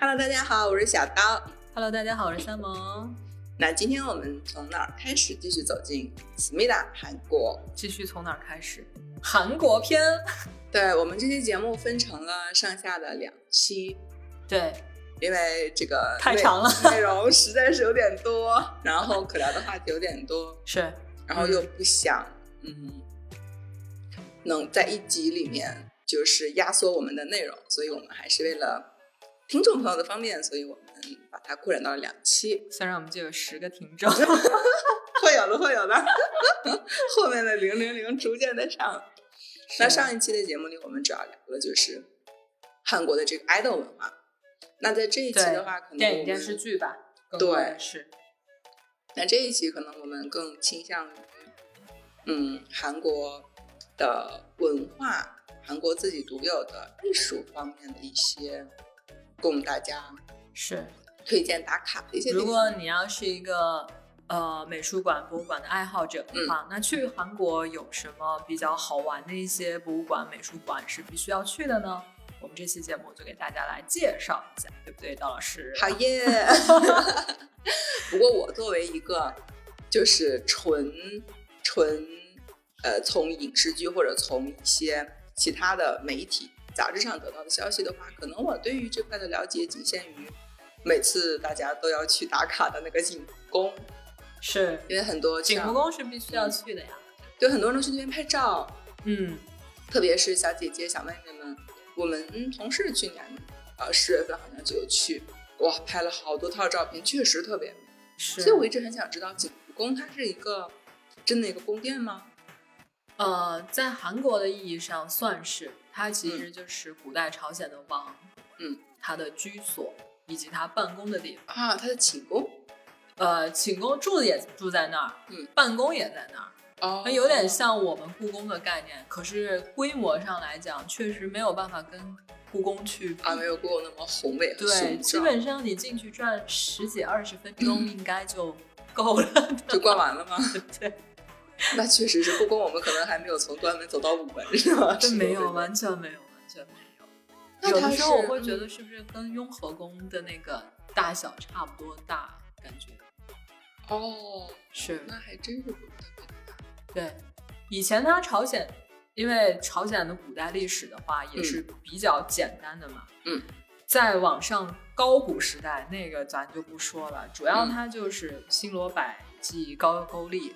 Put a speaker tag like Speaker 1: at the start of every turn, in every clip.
Speaker 1: Hello，大家好，我是小刀。
Speaker 2: Hello，大家好，我是三毛。
Speaker 1: 那今天我们从哪儿开始继续走进思密达韩国？
Speaker 2: 继续从哪儿开始？韩国篇。
Speaker 1: 对我们这期节目分成了上下的两期，
Speaker 2: 对，
Speaker 1: 因为这个
Speaker 2: 太
Speaker 1: 内
Speaker 2: 长了
Speaker 1: 内容实在是有点多，然后可聊的话题有点多，
Speaker 2: 是
Speaker 1: 然后又不想，嗯，能在一集里面就是压缩我们的内容，所以我们还是为了听众朋友的方便，所以我们把它扩展到了两期。
Speaker 2: 虽然我们就有十个听众，
Speaker 1: 会有的，会有的。 后面的零零零逐渐的上。那上一期的节目里，我们主要聊了就是韩国的这个 idol 文化。那在 这一期的话，可能
Speaker 2: 电
Speaker 1: 我
Speaker 2: 影
Speaker 1: 们
Speaker 2: 电视剧吧，更
Speaker 1: 对
Speaker 2: 多的是
Speaker 1: 那这一期可能我们更倾向于，嗯，韩国的文化，韩国自己独有的艺术方面的一些，供大家
Speaker 2: 是。
Speaker 1: 推荐打卡的一些地方。
Speaker 2: 如果你要是一个呃美术馆、博物馆的爱好者的
Speaker 1: 嗯
Speaker 2: 话，那去韩国有什么比较好玩的一些博物馆、美术馆是必须要去的呢？我们这期节目就给大家来介绍一下，对不对，刀老师？
Speaker 1: 好耶！ 不过我作为一个就是纯纯呃从影视剧或者从一些其他的媒体杂志上得到的消息的话，可能我对于这块的了解仅限于每次大家都要去打卡的那个景福宫，
Speaker 2: 是
Speaker 1: 因为很多
Speaker 2: 景福
Speaker 1: 像
Speaker 2: 宫是啊必须要去的呀。
Speaker 1: 对很多人都去那边拍照，
Speaker 2: 嗯，
Speaker 1: 特别是小姐姐、小妹妹们，我们同事去年呃十月份好像就有去，哇，拍了好多套照片，确实特别美。
Speaker 2: 是。
Speaker 1: 所以我一直很想知道景福宫它是一个真的一个宫殿吗？
Speaker 2: 呃，在韩国的意义上算是，它其实就是古代朝鲜的王，
Speaker 1: 嗯，
Speaker 2: 他的居所以及他办公的地方。
Speaker 1: 啊，它的寝宫
Speaker 2: 呃，寝宫住的也住在那儿，
Speaker 1: 嗯，
Speaker 2: 办公也在那儿，
Speaker 1: 哦
Speaker 2: 它有点像我们故宫的概念，可是规模上来讲，确实没有办法跟故宫去比。
Speaker 1: 啊，没有过那么宏伟和
Speaker 2: 对，
Speaker 1: 雄
Speaker 2: 基
Speaker 1: 壮，
Speaker 2: 本上你进去转十几二十分钟应该就够了。
Speaker 1: 嗯 就逛完了吗？
Speaker 2: 对，
Speaker 1: 那确实是故宫，我们可能还没有从端门走到午门，是吧？
Speaker 2: 这
Speaker 1: 是
Speaker 2: 没有，
Speaker 1: 吗？
Speaker 2: 完全没有，完全没有。
Speaker 1: 那
Speaker 2: 有
Speaker 1: 它
Speaker 2: 的时候我
Speaker 1: 是嗯
Speaker 2: 会觉得是不是跟雍和宫的那个大小差不多大，感觉
Speaker 1: 哦，
Speaker 2: 是
Speaker 1: 那还真是不太
Speaker 2: 对。以前它朝鲜，因为朝鲜的古代历史的话也是比较简单的嘛，
Speaker 1: 嗯，
Speaker 2: 再往上高古时代那个咱就不说了，主要
Speaker 1: 嗯
Speaker 2: 它就是新罗、百济、高句丽，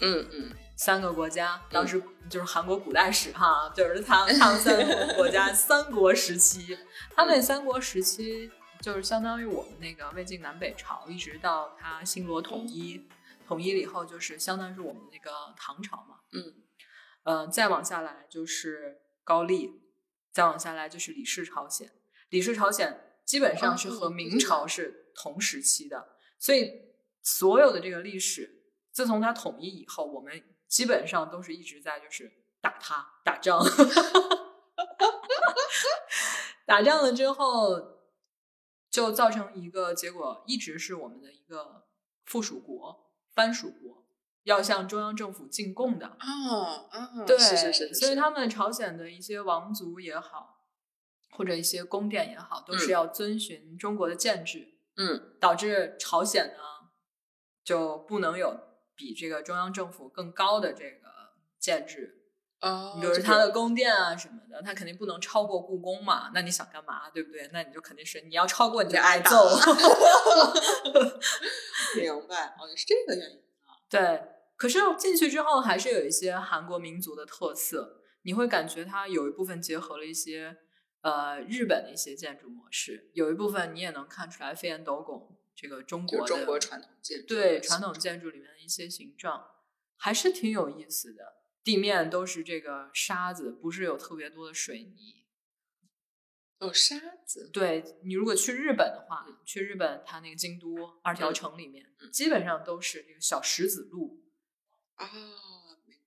Speaker 1: 嗯嗯，
Speaker 2: 三个国家，当时就是韩国古代史哈，就是他们他们三个国家三国时期，他们那三国时期就是相当于我们那个魏晋南北朝，一直到他新罗统一，统一了以后就是相当于是我们那个唐朝嘛，
Speaker 1: 嗯，
Speaker 2: 呃，再往下来就是高丽，再往下来就是李氏朝鲜，李氏朝鲜基本上是和
Speaker 1: 哦
Speaker 2: 明朝是同时期的，所以所有的这个历史，自从它统一以后，我们基本上都是一直在就是打它打仗， 打仗了之后，就造成一个结果，一直是我们的一个附属国、藩属国要向中央政府进贡的，
Speaker 1: 哦哦，
Speaker 2: 对，
Speaker 1: 是是是是，
Speaker 2: 啊所以
Speaker 1: 是
Speaker 2: 他们朝鲜的一些王族也好，或者一些宫殿也好，都是
Speaker 1: 嗯
Speaker 2: 要遵循中国的建制，
Speaker 1: 嗯
Speaker 2: 导致朝鲜呢就不能有比这个中央政府更高的这个建制，
Speaker 1: 哦，
Speaker 2: 比如
Speaker 1: 就
Speaker 2: 它的宫殿啊什么的，它肯定不能超过故宫嘛。那你想干嘛，对不对？那你就肯定是你要超过你就挨揍。
Speaker 1: 明白哦，是这个原因，
Speaker 2: 对，可是进去之后还是有一些韩国民族的特色，你会感觉它有一部分结合了一些呃日本的一些建筑模式，有一部分你也能看出来飞檐斗拱这个中
Speaker 1: 就
Speaker 2: 国
Speaker 1: 是
Speaker 2: 的
Speaker 1: 中国传统建筑
Speaker 2: 对传统建筑里面的一些形状，还是挺有意思的。地面都是这个沙子，不是有特别多的水泥。
Speaker 1: 哦沙子，
Speaker 2: 对你如果去日本的话
Speaker 1: 嗯，
Speaker 2: 去日本它那个京都二条
Speaker 1: 嗯
Speaker 2: 城里面，
Speaker 1: 嗯
Speaker 2: 基本上都是这个小石子路。
Speaker 1: 哦，明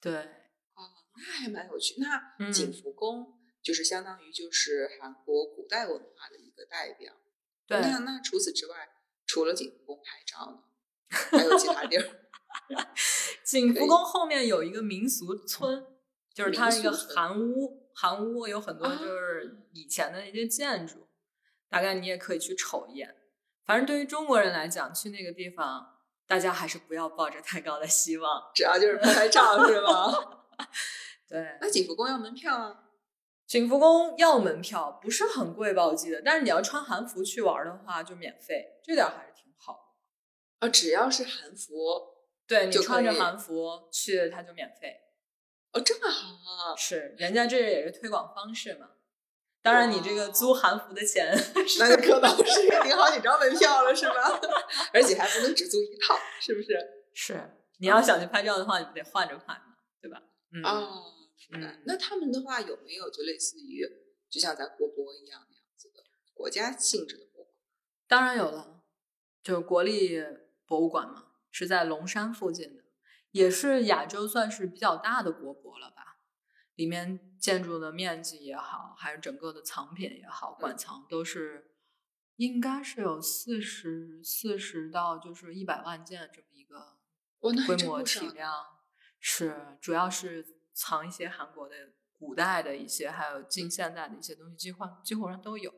Speaker 2: 对，
Speaker 1: 那还蛮有趣，那。
Speaker 2: 嗯，
Speaker 1: 景福宫就是相当于就是韩国古代文化的一个代表。
Speaker 2: 对，
Speaker 1: 那那除此之外，除了景福宫拍照呢，还有其他地 儿？
Speaker 2: 景
Speaker 1: 可
Speaker 2: 福
Speaker 1: 以嗯
Speaker 2: 宫后面有一个民俗村，就是它
Speaker 1: 民
Speaker 2: 一个
Speaker 1: 俗村
Speaker 2: 韩屋，韩屋有很多
Speaker 1: 啊
Speaker 2: 就是以前的一些建筑，大概你也可以去瞅一眼。反正对于中国人来讲，去那个地方，大家还是不要抱着太高的希望。
Speaker 1: 主要就是拍拍照是吗？
Speaker 2: 对，
Speaker 1: 那景福宫要门票啊？
Speaker 2: 景福宫要门票不是很贵吧？我记得，但是你要穿韩服去玩的话就免费，这点还是挺好的。
Speaker 1: 啊，只要是韩服，
Speaker 2: 对你
Speaker 1: 就可
Speaker 2: 穿着
Speaker 1: 以
Speaker 2: 韩服去，它就免费。
Speaker 1: 哦，这么好啊！
Speaker 2: 是，人家这也是推广方式嘛。当然，你这个租韩服的钱 是
Speaker 1: 那可能是领好几张门票了是吧？ 而且还不能只租一套，是不是？
Speaker 2: 是，你要想去拍照的话，你不得换着拍嘛，对吧？嗯，
Speaker 1: 哦，明白
Speaker 2: 嗯
Speaker 1: 那他们的话有没有就类似于，就像咱国博一样那样子的国家性质的博物馆？
Speaker 2: 当然有了，就是国立博物馆嘛，是在龙山附近的，也是亚洲算是比较大的国博了吧。里面建筑的面积也好，还是整个的藏品也好，馆藏都是应该是有四十四十到就是一百万件这么一个
Speaker 1: 哇，哦那还
Speaker 2: 规
Speaker 1: 真
Speaker 2: 模
Speaker 1: 不少
Speaker 2: 体
Speaker 1: 呢。
Speaker 2: 量是，主要是藏一些韩国的古代的一些，还有近现代的一些东西，几乎几乎上都有。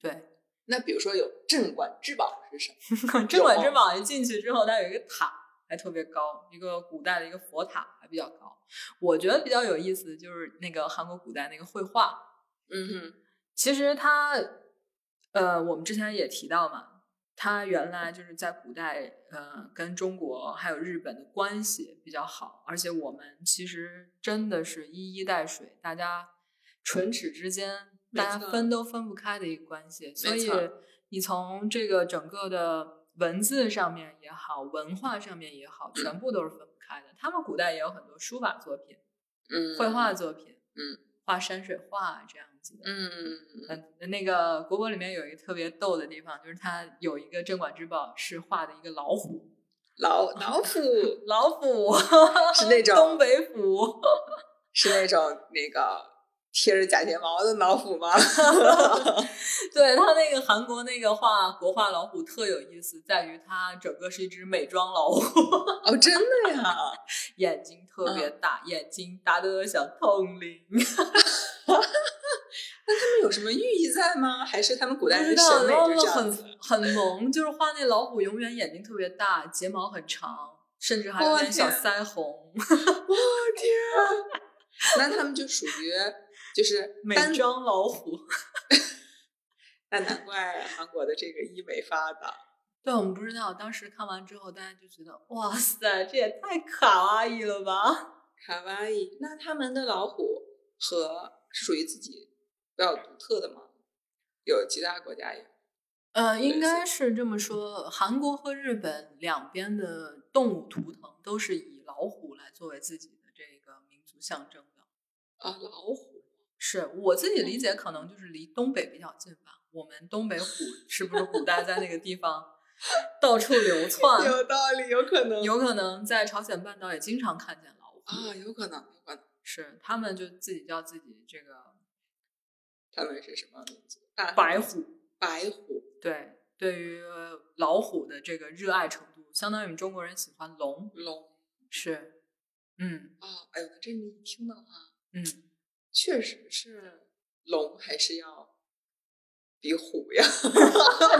Speaker 2: 对，
Speaker 1: 那比如说有镇馆之宝是什么？
Speaker 2: 镇馆之
Speaker 1: 有
Speaker 2: 宝一进去之后，它有一个塔，还特别高，一个古代的一个佛塔，还比较高。我觉得比较有意思的就是那个韩国古代那个绘画，
Speaker 1: 嗯哼，
Speaker 2: 其实它，呃，我们之前也提到嘛，它原来就是在古代，呃，跟中国还有日本的关系比较好，而且我们其实真的是一衣带水，大家唇齿之间，
Speaker 1: 没
Speaker 2: 大家
Speaker 1: 错
Speaker 2: 分都分不开的一个关系，所
Speaker 1: 没
Speaker 2: 以
Speaker 1: 错
Speaker 2: 你从这个整个的文字上面也好，文化上面也好，全部都是分不开的。他们古代也有很多书法作品、
Speaker 1: 嗯，
Speaker 2: 绘画作品，
Speaker 1: 嗯，
Speaker 2: 画山水画这样子的，
Speaker 1: 嗯，嗯，嗯
Speaker 2: 嗯，那个国博里面有一个特别逗的地方，就是它有一个镇馆之宝是画的一个老虎，
Speaker 1: 老老虎
Speaker 2: 老虎
Speaker 1: 是那种
Speaker 2: 东北虎，
Speaker 1: 是那种那个贴着假睫毛的老虎吗？
Speaker 2: 对它那个韩国那个画国画老虎特有意思，在于它整个是一只美妆老虎，
Speaker 1: 哦，真的呀！
Speaker 2: 眼睛特
Speaker 1: 嗯
Speaker 2: 别大，眼睛大的像铜铃，
Speaker 1: 他们有什么寓意在吗？还是他们古
Speaker 2: 不
Speaker 1: 代
Speaker 2: 知
Speaker 1: 人
Speaker 2: 道
Speaker 1: 审美
Speaker 2: 然后
Speaker 1: 就这样
Speaker 2: 很
Speaker 1: 子？
Speaker 2: 很萌，就是画那老虎永远眼睛特别大，睫毛很长，甚至还有
Speaker 1: 我
Speaker 2: 点小
Speaker 1: 哦天
Speaker 2: 腮红，
Speaker 1: 那他们就属 于就是
Speaker 2: 美
Speaker 1: 单，
Speaker 2: 妆老虎。
Speaker 1: 那难怪韩国的这个医美发达。
Speaker 2: 对，我们不知道，当时看完之后，大家就觉得，哇塞，这也太卡哇伊了吧！
Speaker 1: 卡哇伊，那他们的老虎和属于自己比较独特的吗？有其他国家有？
Speaker 2: 呃，应
Speaker 1: 对
Speaker 2: 该是这么说，韩国和日本两边的动物图腾都是以老虎来作为自己的这个民族象征的。
Speaker 1: 啊，老虎
Speaker 2: 是我自
Speaker 1: 嗯
Speaker 2: 己理解，可能就是离东北比较近吧。我们 东北虎是不是古代在那个地方到处流 窜？
Speaker 1: 有道理，啊有可能
Speaker 2: 有可能在朝鲜半岛也经常看见老虎。
Speaker 1: 啊，有可能，有可能。
Speaker 2: 是，他们就自己叫自己这个
Speaker 1: 他们是什么民族？大
Speaker 2: 白虎。
Speaker 1: 白虎
Speaker 2: 对，对于呃老虎的这个热爱程度，相当于我们中国人喜欢龙，
Speaker 1: 龙
Speaker 2: 是，嗯
Speaker 1: 啊！哎呦，那这么一听的话，
Speaker 2: 嗯，
Speaker 1: 确实是龙还是要比虎呀，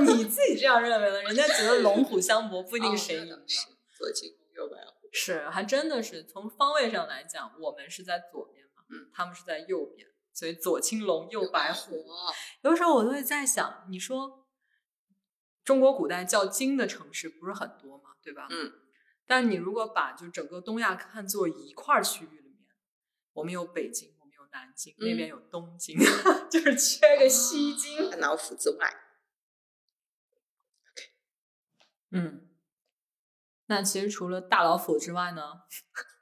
Speaker 2: 你自己这样认为了，人家觉得龙虎相搏，不
Speaker 1: 不
Speaker 2: 一定谁赢呢。
Speaker 1: 哦是左青龙右白虎。
Speaker 2: 是，还真的是从方位上来讲，我们是在左边嘛，
Speaker 1: 嗯，
Speaker 2: 他们是在右边，所以左青龙，右白虎。
Speaker 1: 啊
Speaker 2: 有时候我都会在想，你说中国古代叫京的城市不是很多嘛，对吧？
Speaker 1: 嗯。
Speaker 2: 但你如果把就整个东亚看作一块儿区域里面，我们有北京，我们有南京，那边有东京， 就是缺个西京。
Speaker 1: 脑斧之外，
Speaker 2: 嗯。那其实除了大老虎之外呢，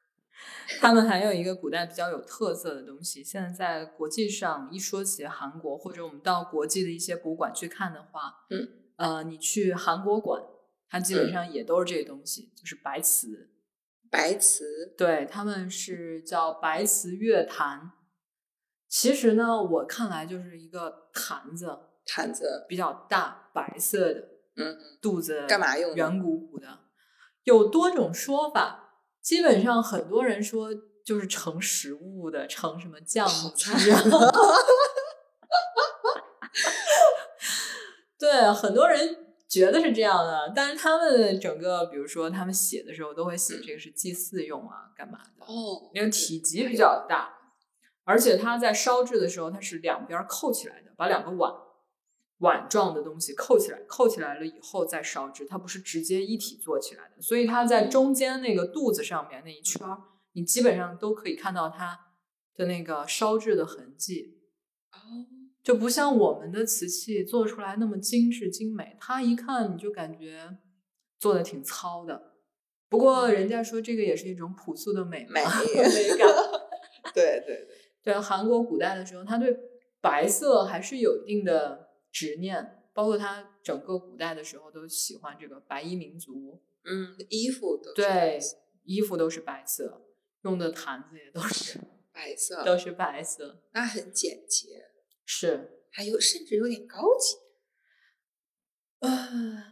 Speaker 2: 他们还有一个古代比较有特色的东西。现在在国际上一说起韩国，或者我们到国际的一些博物馆去看的话，
Speaker 1: 嗯，
Speaker 2: 呃，你去韩国馆，它基本
Speaker 1: 嗯
Speaker 2: 上也都是这些东西，就是白瓷。
Speaker 1: 白瓷
Speaker 2: 对，他们是叫白瓷乐坛。其实呢，我看来就是一个坛子，
Speaker 1: 坛子，
Speaker 2: 比较大，白色的，
Speaker 1: 嗯，
Speaker 2: 肚子
Speaker 1: 干嘛用的
Speaker 2: 圆鼓鼓的，有多种说法。基本上很多人说就是盛食物的，盛什 么酱
Speaker 1: 好
Speaker 2: 汁啊。很多人觉得是这样的，但是他们整个，比如说他们写的时候，都会写这个是祭祀用啊，干嘛的？
Speaker 1: 哦，
Speaker 2: 因为体积比较大，而且它在烧制的时候，它是两边扣起来的，把两个碗碗状的东西扣起来，扣起来了以后再烧制，它不是直接一体做起来的，所以它在中间那个肚子上面那一圈儿，你基本上都可以看到它的那个烧制的痕迹。
Speaker 1: 哦，
Speaker 2: 就不像我们的瓷器做出来那么精致精美，它一看你就感觉做的挺糙的。不过人家说这个也是一种朴素的美嘛，
Speaker 1: 美
Speaker 2: 美感。
Speaker 1: 对对对，
Speaker 2: 对韩国古代的时候，他对白色还是有一定的执念，包括他整个古代的时候都喜欢这个白衣民族，
Speaker 1: 嗯，衣服都是
Speaker 2: 对，衣服都是白色，用的坛子也都是
Speaker 1: 白色，
Speaker 2: 都是白色，
Speaker 1: 那很简洁，
Speaker 2: 是
Speaker 1: 还有甚至有点高级。
Speaker 2: 呃，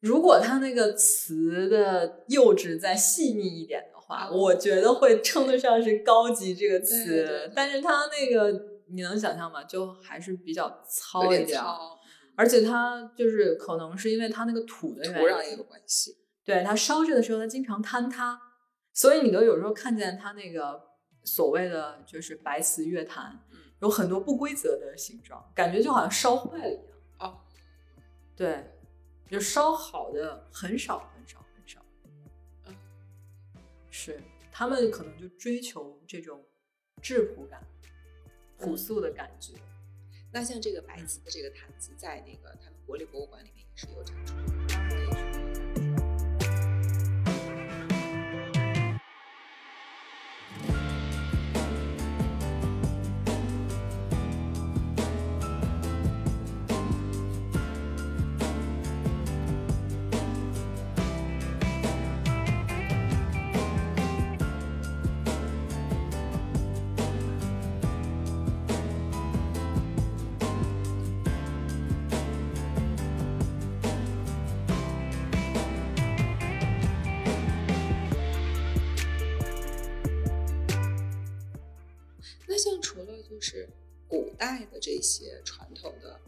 Speaker 2: 如果它那个词的幼稚再细腻一点的话，
Speaker 1: 哦
Speaker 2: 我觉得会称得上是“高级”这个
Speaker 1: 对对
Speaker 2: 词
Speaker 1: 对。
Speaker 2: 但是它那个你能想象吗？就还是比较糙
Speaker 1: 哦有
Speaker 2: 一
Speaker 1: 点
Speaker 2: 点儿，
Speaker 1: 糙，
Speaker 2: 而且它就是可能是因为它那个土的
Speaker 1: 土
Speaker 2: 原
Speaker 1: 壤
Speaker 2: 因
Speaker 1: 也有关系。
Speaker 2: 对它烧制的时候，它经常坍塌，所以你都有时候看见它那个所谓的就是白瓷月坛
Speaker 1: 嗯，
Speaker 2: 有很多不规则的形状，感觉就好像烧坏了一样。
Speaker 1: 哦，
Speaker 2: 对，就烧好的很少很少很少。
Speaker 1: 嗯，
Speaker 2: 是他们可能就追求这种质朴感、朴
Speaker 1: 嗯
Speaker 2: 素的感觉。
Speaker 1: 那像这个白瓷的这个坛子，在那个他们国立博物馆里面也是有展出的。那像除了就是古代的这些传统的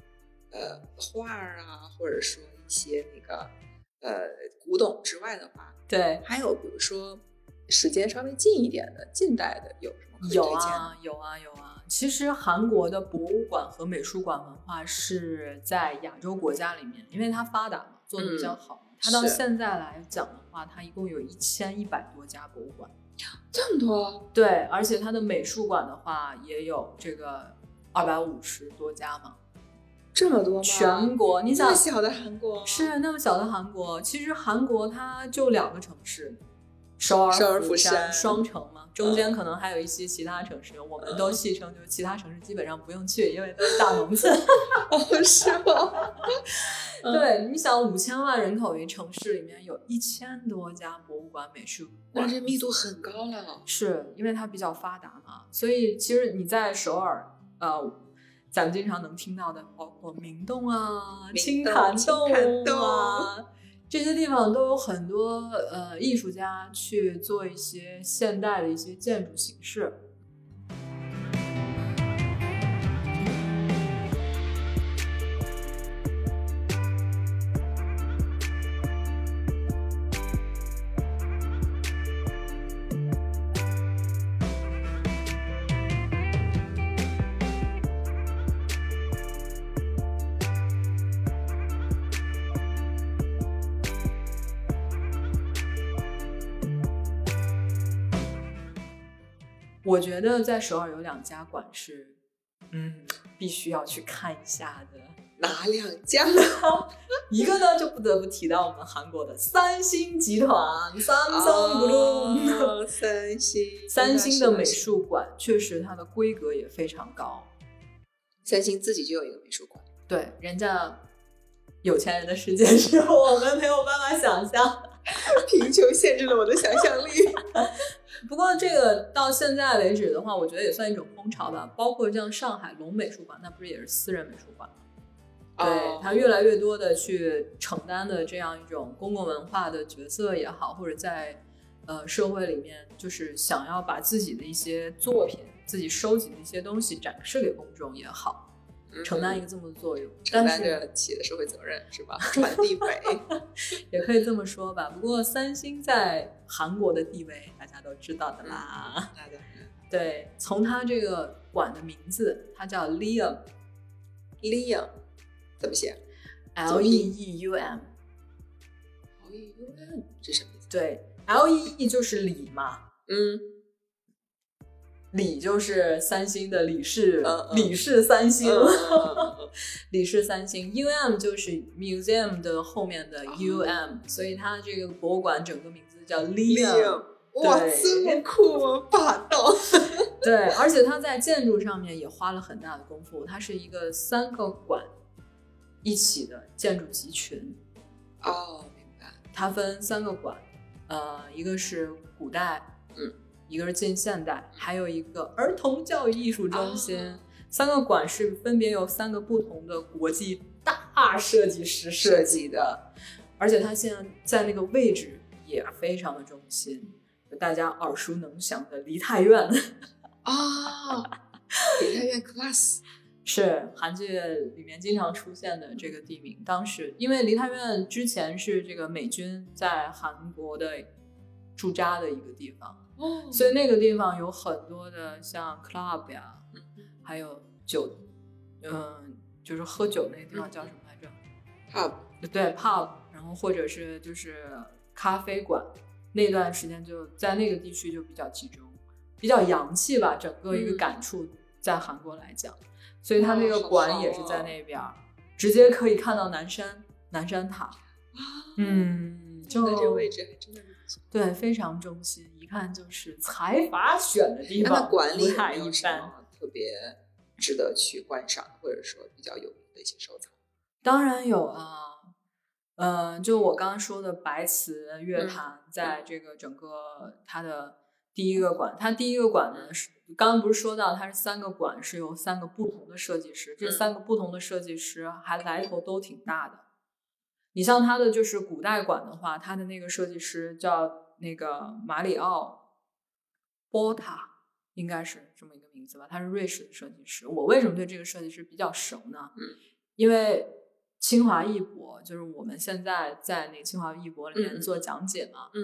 Speaker 1: 呃画儿啊，或者说一些那个呃古董之外的话，
Speaker 2: 对，
Speaker 1: 还有比如说时间稍微近一点的近代的有什么可以
Speaker 2: 有
Speaker 1: 推荐的？
Speaker 2: 啊，有啊，有啊。其实韩国的博物馆和美术馆文化是在亚洲国家里面，因为它发达嘛，做的比较
Speaker 1: 嗯
Speaker 2: 好嘛。它到
Speaker 1: 是
Speaker 2: 现在来讲的话，它一共有一千一百多家博物馆。
Speaker 1: 这么多，
Speaker 2: 对，而且它的美术馆的话也有这个二百五十多家嘛，
Speaker 1: 这么多吗？
Speaker 2: 全国你
Speaker 1: 这
Speaker 2: 想
Speaker 1: 么小的韩国
Speaker 2: 是那么小的韩国，其实韩国它就两个城市，首尔、
Speaker 1: 首尔
Speaker 2: 釜
Speaker 1: 釜
Speaker 2: 山、
Speaker 1: 山
Speaker 2: 双城嘛，中间可能还有一些其他城市，我们都戏称就是其他城市基本上不用去，因为都是大农村。
Speaker 1: 哦，是 吗？嗯
Speaker 2: 对，你想五千万人口一城市里面有一千多家博物馆、美术
Speaker 1: 那
Speaker 2: 馆，
Speaker 1: 这密度很高了。
Speaker 2: 是因为它比较发达嘛，所以其实你在首尔，呃，咱们经常能听到的，包括明洞啊、
Speaker 1: 明洞
Speaker 2: 青潭洞
Speaker 1: 青潭
Speaker 2: 啊
Speaker 1: 洞
Speaker 2: 这些地方，都有很多呃艺术家去做一些现代的一些建筑形式。我觉得在首尔有两家馆是，嗯，必须要去看一下的。
Speaker 1: 哪两家？
Speaker 2: 一个呢，就不得不提到我们韩国的三星集团
Speaker 1: 啊
Speaker 2: Samsung Group。
Speaker 1: 哦三星，
Speaker 2: 三星的美
Speaker 1: 是是
Speaker 2: 术馆确实它的规格也非常高，
Speaker 1: 三星自己就有一个美术馆，
Speaker 2: 对，人家有钱人的世界 是我们没有办法想象。
Speaker 1: 贫穷限制了我的想象 力。
Speaker 2: 不过这个到现在为止的话，我觉得也算一种风潮吧。包括像上海龙美术馆，那不是也是私人美术馆吗？
Speaker 1: 哦
Speaker 2: 对，它越来越多的去承担的这样一种公共文化的角色也好，或者在呃社会里面，就是想要把自己的一些作品、自己收集的一些东西展示给公众也好，承担一个这么的作用，
Speaker 1: 嗯承
Speaker 2: 但
Speaker 1: 担
Speaker 2: 是
Speaker 1: 着企业的社会责任是吧？传递美，
Speaker 2: 也可以这么说吧。不过三星在韩国的地位大家都知道的啦。
Speaker 1: 大家
Speaker 2: 对，从它这个馆的名字，它叫 Leum，L
Speaker 1: Liam 怎么写
Speaker 2: E E U M。哦
Speaker 1: ？L E U N 这什么意思？
Speaker 2: 对，L E E 就是李嘛，
Speaker 1: 嗯
Speaker 2: 李就是三星的李氏，
Speaker 1: 嗯嗯
Speaker 2: 李氏三星，
Speaker 1: 嗯
Speaker 2: 李氏三星。U，E M 就是 museum 的后面的
Speaker 1: 哦
Speaker 2: U M，、所以它这个博物馆整个名字叫 Leum。
Speaker 1: ，Liam，哇，
Speaker 2: 对
Speaker 1: 这么酷啊，霸 道。
Speaker 2: 对，而且它在建筑上面也花了很大的功夫，它是一个三个馆一起的建筑集群。
Speaker 1: 哦，明白。
Speaker 2: 它分三个馆，呃，一个是古代，
Speaker 1: 嗯，
Speaker 2: 一个是近现代，还有一个儿童教育艺术中心。
Speaker 1: 哦
Speaker 2: 三个馆是分别由三个不同的国际大设计师设计的，而且它现在在那个位置也非常的中心，就大家耳熟能详的梨泰院哦
Speaker 1: 啊，梨泰院 class，
Speaker 2: 是韩剧里面经常出现的这个地名。当时因为梨泰院之前是这个美军在韩国的驻扎的一个地方。
Speaker 1: 哦
Speaker 2: 所以那个地方有很多的像 club 呀，还有酒，嗯、就是喝酒那地方叫什么来着？
Speaker 1: pub
Speaker 2: 对，pub，然后或者是就是咖啡馆，那段时间就在那个地区就比较集中，比较洋气吧，整个一个
Speaker 1: 嗯
Speaker 2: 感触在韩国来讲，所以它那
Speaker 1: 哦
Speaker 2: 个
Speaker 1: 好
Speaker 2: 馆
Speaker 1: 好
Speaker 2: 也是在
Speaker 1: 哦
Speaker 2: 那边儿，直接可以看到南山南山塔，
Speaker 1: 啊，
Speaker 2: 嗯，就
Speaker 1: 那这个位置还真的是不错。
Speaker 2: 对，非常中心，一看就是财阀选的地
Speaker 1: 那
Speaker 2: 方，
Speaker 1: 它管理
Speaker 2: 不太
Speaker 1: 有没
Speaker 2: 一
Speaker 1: 有什
Speaker 2: 般。
Speaker 1: 么特别值得去观赏，或者说比较有名的一些收藏？
Speaker 2: 当然有啊，呃，就我刚刚说的白瓷乐坛，在这个整个它的第一个馆，它第一个馆呢是刚刚不是说到它是三个馆，是由三个不同的设计师，这
Speaker 1: 嗯
Speaker 2: 三个不同的设计师还来头都挺大的。你像它的就是古代馆的话，它的那个设计师叫那个马里奥波塔，应该是这么一个名字吧，他是瑞士的设计师。我为什么对这个设计师比较熟呢？
Speaker 1: 嗯，
Speaker 2: 因为清华艺博就是我们现在在那个清华艺博
Speaker 1: 嗯
Speaker 2: 里面
Speaker 1: 嗯
Speaker 2: 做讲解嘛，
Speaker 1: 嗯，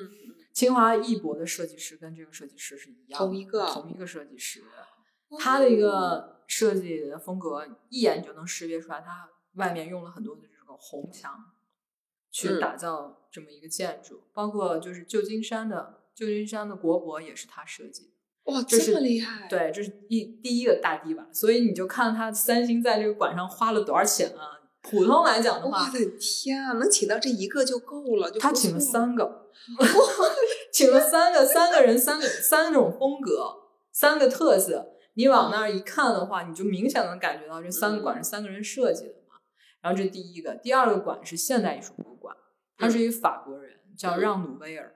Speaker 2: 清华艺博的设计师跟这个设计师是一样的，
Speaker 1: 同一个哦
Speaker 2: 同一个设计师，他的一个设计的风格一眼就能识别出来，他外面用了很多的这种红墙去
Speaker 1: 嗯
Speaker 2: 打造这么一个建筑，包括就是旧金山的旧金山的国博也是他设计的。
Speaker 1: 哇，
Speaker 2: 就
Speaker 1: 这
Speaker 2: 是
Speaker 1: 么厉害！，
Speaker 2: 对，这是一第一个大地吧，所以你就看他三星在这个馆上花了多少钱啊？普通来讲的
Speaker 1: 我
Speaker 2: 话，
Speaker 1: 的天啊，能请到这一个就够了，就
Speaker 2: 他
Speaker 1: 不
Speaker 2: 请了
Speaker 1: 错
Speaker 2: 三个，请了三个，三个人，三个三种风格，三个特色。你往那儿一看的话，你就明显能感觉到这
Speaker 1: 嗯
Speaker 2: 三个馆是三个人设计的嘛。然后这第一个，第二个馆是现代艺术博物馆，他
Speaker 1: 嗯
Speaker 2: 是一个法国人，叫让努威尔。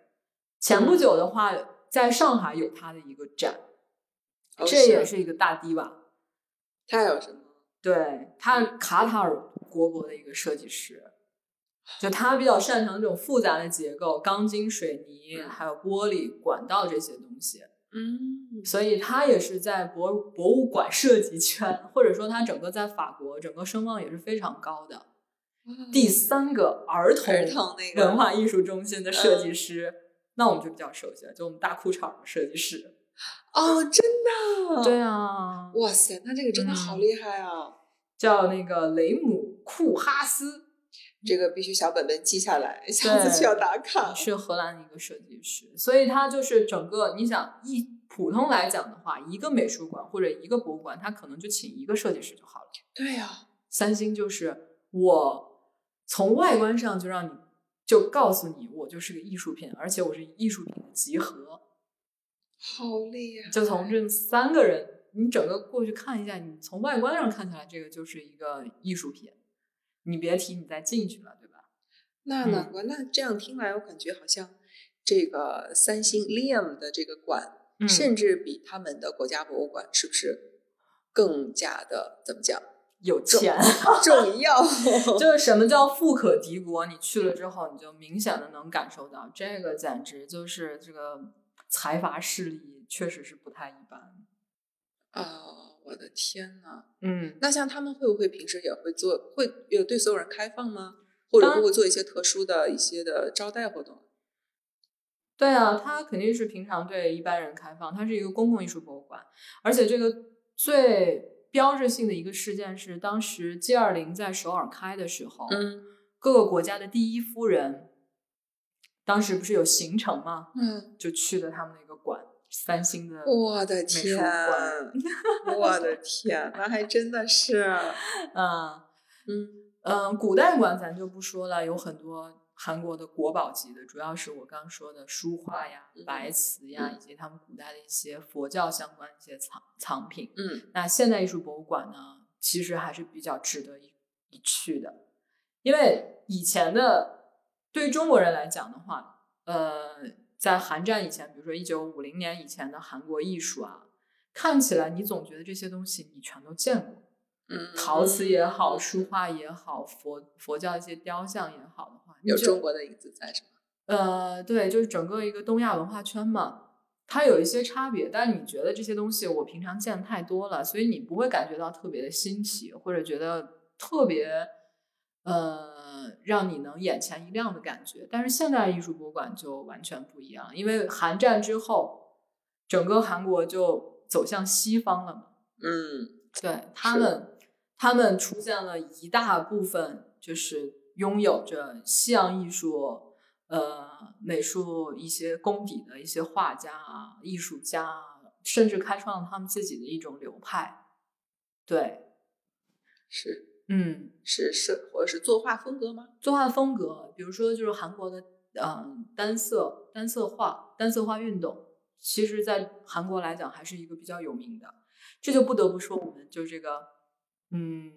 Speaker 2: 前不久的话，在上海有他的一个展，
Speaker 1: 哦
Speaker 2: 这也
Speaker 1: 是
Speaker 2: 是一个大堤坝。
Speaker 1: 他有什么？
Speaker 2: 对他
Speaker 1: 嗯
Speaker 2: 卡塔尔国博的一个设计师，就他比较擅长这种复杂的结构，钢筋、水泥，
Speaker 1: 嗯
Speaker 2: 还有玻璃、管道这些东西，
Speaker 1: 嗯，
Speaker 2: 所以他也是在博博物馆设计圈，或者说他整个在法国整个声望也是非常高的。 第三个儿童
Speaker 1: 嗯儿童那个嗯
Speaker 2: 文化艺术中心的设计师，那我们就比较熟悉了，就我们大裤衩儿的设计师。
Speaker 1: 哦，真的，，
Speaker 2: 啊，
Speaker 1: 哇塞，那这个真的
Speaker 2: 嗯
Speaker 1: 好厉害啊！
Speaker 2: 叫那个雷姆库哈斯。
Speaker 1: 这个必须小本本记下来，下次
Speaker 2: 对
Speaker 1: 去要打卡。
Speaker 2: 是荷兰的一个设计师，所以他就是整个你想一普通来讲的话，一个美术馆或者一个博物馆，他可能就请一个设计师就好了。
Speaker 1: 对啊呀、
Speaker 2: 三星就是我从外观上就让你就告诉你，我就是个艺术品，而且我是艺术品的集合。
Speaker 1: 好厉害！
Speaker 2: 就从这三个人，你整个过去看一下，你从外观上看起来，这个就是一个艺术品。你别提你再进去了，对吧？
Speaker 1: 那
Speaker 2: 嗯
Speaker 1: 难怪，那这样听来，我感觉好像这个三星 Liam 的这个馆，
Speaker 2: 嗯
Speaker 1: 甚至比他们的国家博物馆是不是更加的怎么讲
Speaker 2: 有钱。
Speaker 1: 重要？
Speaker 2: 就是什么叫富可敌国？你去了之后，你就明显的能感受到，这个简直就是这个财阀势力确实是不太一般。
Speaker 1: 啊、我的天呐，
Speaker 2: 嗯，
Speaker 1: 那像他们会不会平时也会做，会有对所有人开放吗？或者
Speaker 2: 当然
Speaker 1: 会不会做一些特殊的一些的招待活动？
Speaker 2: 对啊，它肯定是平常对一般人开放，它是一个公共艺术博物馆，而且这个最标志性的一个事件是，当时 G 二零在首尔开的时候，
Speaker 1: 嗯
Speaker 2: 各个国家的第一夫人，当时不是有行程吗？
Speaker 1: 嗯，
Speaker 2: 就去了他们那个馆，三星的
Speaker 1: 我的
Speaker 2: 美术
Speaker 1: 天，
Speaker 2: 馆，
Speaker 1: 我的天，那还真的是，啊
Speaker 2: 嗯。
Speaker 1: 嗯
Speaker 2: 嗯，古代馆咱就不说了，有很多韩国的国宝级的，主要是我刚说的书画呀、
Speaker 1: 嗯
Speaker 2: 白瓷呀，以及他们古代的一些佛教相关的一些藏藏品。
Speaker 1: 嗯
Speaker 2: 那现代艺术博物馆呢，其实还是比较值得一一去的，因为以前的对于中国人来讲的话，呃，在韩战以前，比如说一九五零年以前的韩国艺术啊，看起来你总觉得这些东西你全都见过。
Speaker 1: 嗯，
Speaker 2: 陶瓷也好，
Speaker 1: 嗯
Speaker 2: 书画也好，佛佛教一些雕像也好的话，你
Speaker 1: 有
Speaker 2: 就
Speaker 1: 中国的影子在是吗？
Speaker 2: 呃，对，就是整个一个东亚文化圈嘛，它有一些差别，但是你觉得这些东西我平常见太多了，所以你不会感觉到特别的新奇，或者觉得特别呃让你能眼前一亮的感觉。但是现代艺术博物馆就完全不一样，因为韩战之后，整个韩国就走向西方了嘛。
Speaker 1: 嗯
Speaker 2: 对他
Speaker 1: 是
Speaker 2: 们，他们出现了一大部分，就是拥有着西洋艺术、呃美术一些功底的一些画家啊、艺术家啊，甚至开创了他们自己的一种流派。对，
Speaker 1: 是
Speaker 2: 嗯，
Speaker 1: 是是，或者是作画风格吗？
Speaker 2: 作画风格，比如说就是韩国的，嗯、单色单色画、单色画运动，其实在韩国来讲还是一个比较有名的。这就不得不说，我们就这个，嗯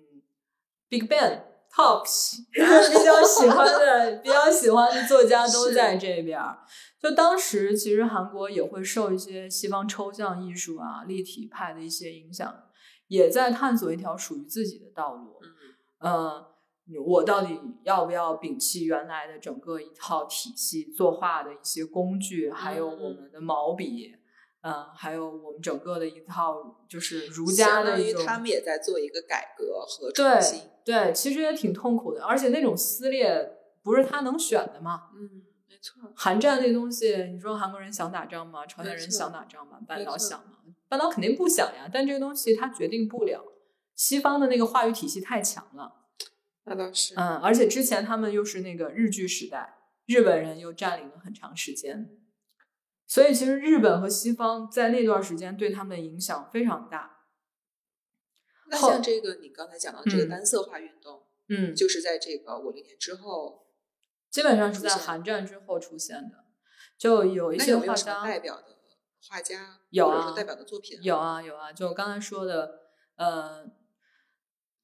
Speaker 2: ，Big Bang、Tops 比较喜欢的、比较喜欢的作家都
Speaker 1: 是
Speaker 2: 在这边儿。就当时其实韩国也会受一些西方抽象艺术啊、立体派的一些影响，也在探索一条属于自己的道路。
Speaker 1: 嗯
Speaker 2: 呃，我到底要不要摒弃原来的整个一套体系，作画的一些工具，还有
Speaker 1: 嗯
Speaker 2: 我们的毛笔，嗯、还有我们整个的一套就是儒家
Speaker 1: 相
Speaker 2: 的
Speaker 1: 当
Speaker 2: 一
Speaker 1: 于
Speaker 2: 种。
Speaker 1: 他们也在做一个改革和
Speaker 2: 对
Speaker 1: 创新。
Speaker 2: 对，其实也挺痛苦的，而且那种撕裂不是他能选的嘛。
Speaker 1: 嗯，没错，
Speaker 2: 韩战那东西，你说韩国人想打仗吗？朝鲜
Speaker 1: 没
Speaker 2: 人
Speaker 1: 错
Speaker 2: 想打仗吗？半
Speaker 1: 没
Speaker 2: 岛
Speaker 1: 错
Speaker 2: 想吗？半岛肯定不想呀。但这个东西它决定不了，西方的那个话语体系太强了。
Speaker 1: 那倒是。
Speaker 2: 嗯，而且之前他们又是那个日据时代，日本人又占领了很长时间，所以其实日本和西方在那段时间对他们的影响非常大。
Speaker 1: 那
Speaker 2: 后
Speaker 1: 像这个你刚才讲到这个
Speaker 2: 嗯
Speaker 1: 单色化运动，
Speaker 2: 嗯，
Speaker 1: 就是在这个五零年之后，
Speaker 2: 基本上是在
Speaker 1: 出现
Speaker 2: 韩战之后出现的，就有一
Speaker 1: 那
Speaker 2: 些
Speaker 1: 有没
Speaker 2: 画
Speaker 1: 有什
Speaker 2: 家
Speaker 1: 么代表的画家，
Speaker 2: 有
Speaker 1: 或者
Speaker 2: 啊
Speaker 1: 说代表的作品？
Speaker 2: 有，啊有啊，就我刚才说的，呃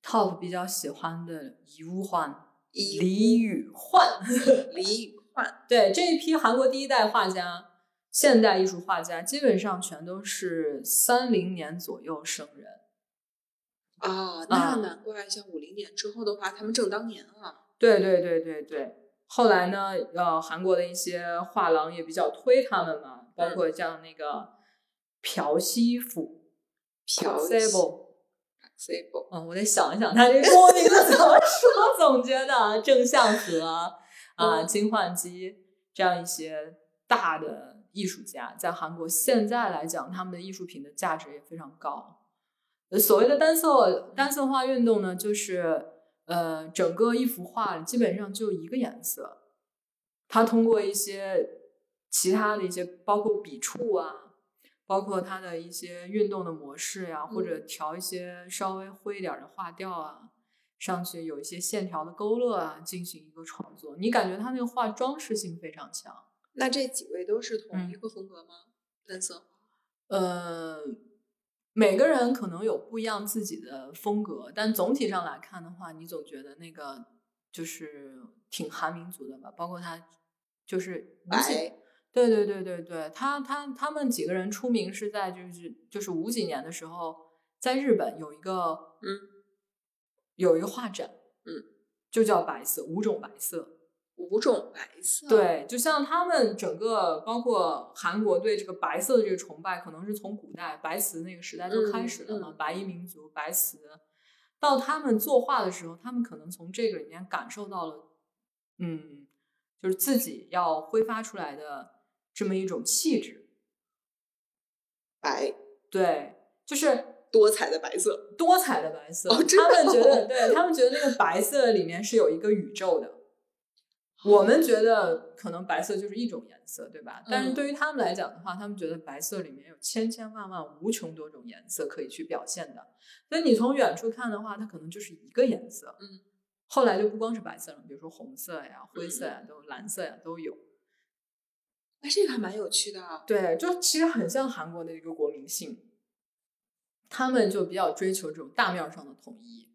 Speaker 2: ，Top 比较喜欢的遗物焕、
Speaker 1: 遗
Speaker 2: 李宇焕，
Speaker 1: 李宇焕，
Speaker 2: 对这一批韩国第一代画家、现代艺术画家，基本上全都是三零年左右生人。
Speaker 1: 啊，那
Speaker 2: 啊
Speaker 1: 难怪像五零年之后的话，他们正当年啊。
Speaker 2: 对对对对对。后来呢，呃，韩国的一些画廊也比较推他们嘛，包括像那个朴熙甫
Speaker 1: 朴
Speaker 2: s a b l
Speaker 1: Sable，
Speaker 2: 嗯，我得想一想他这中文名字怎么说，总觉得啊正向和啊、
Speaker 1: 嗯
Speaker 2: 金焕基这样一些大的艺术家，在韩国现在来讲，他们的艺术品的价值也非常高。呃所谓的单色单色画运动呢，就是呃，整个一幅画基本上就一个颜色，它通过一些其他的一些，包括笔触啊，包括它的一些运动的模式呀、或者调一些稍微灰一点儿的画调啊，上去有一些线条的勾勒啊，进行一个创作。你感觉它那个画装饰性非常强。
Speaker 1: 那这几位都是同一
Speaker 2: 嗯
Speaker 1: 个风格吗？单色
Speaker 2: 呃，每个人可能有不一样自己的风格，但总体上来看的话，你总觉得那个就是挺韩民族的吧，包括他就是无几
Speaker 1: 白，
Speaker 2: 对对对对对，他他他们几个人出名是在就是就是五几年的时候，在日本有一个
Speaker 1: 嗯
Speaker 2: 有一个画展，
Speaker 1: 嗯，
Speaker 2: 就叫白色五种白色，
Speaker 1: 五种白色，，
Speaker 2: 对，就像他们整个包括韩国对这个白色的这个崇拜，可能是从古代白瓷那个时代就开始了嘛，
Speaker 1: 嗯嗯
Speaker 2: 白衣民族、白瓷，到他们作画的时候，他们可能从这个里面感受到了，嗯，就是自己要挥发出来的这么一种气质，
Speaker 1: 白
Speaker 2: 对，就是
Speaker 1: 多彩的白色，
Speaker 2: 多彩的白色，
Speaker 1: 哦真的
Speaker 2: 他们觉得，
Speaker 1: 哦
Speaker 2: 对他们觉得那个白色里面是有一个宇宙的。我们
Speaker 1: 哦
Speaker 2: 觉得可能白色就是一种颜色，对吧？但是
Speaker 1: 嗯
Speaker 2: 对于他们来讲的话，他们觉得白色里面有千千万万无穷多种颜色可以去表现的。所以你从远处看的话，它可能就是一个颜色。
Speaker 1: 嗯，
Speaker 2: 后来就不光是白色了，比如说红色呀、灰色
Speaker 1: 嗯
Speaker 2: 呀、都蓝色呀都有。
Speaker 1: 哎，这个还蛮有趣的啊。
Speaker 2: 对，就其实很像韩国的一个国民性，他们就比较追求这种大面儿上的统一。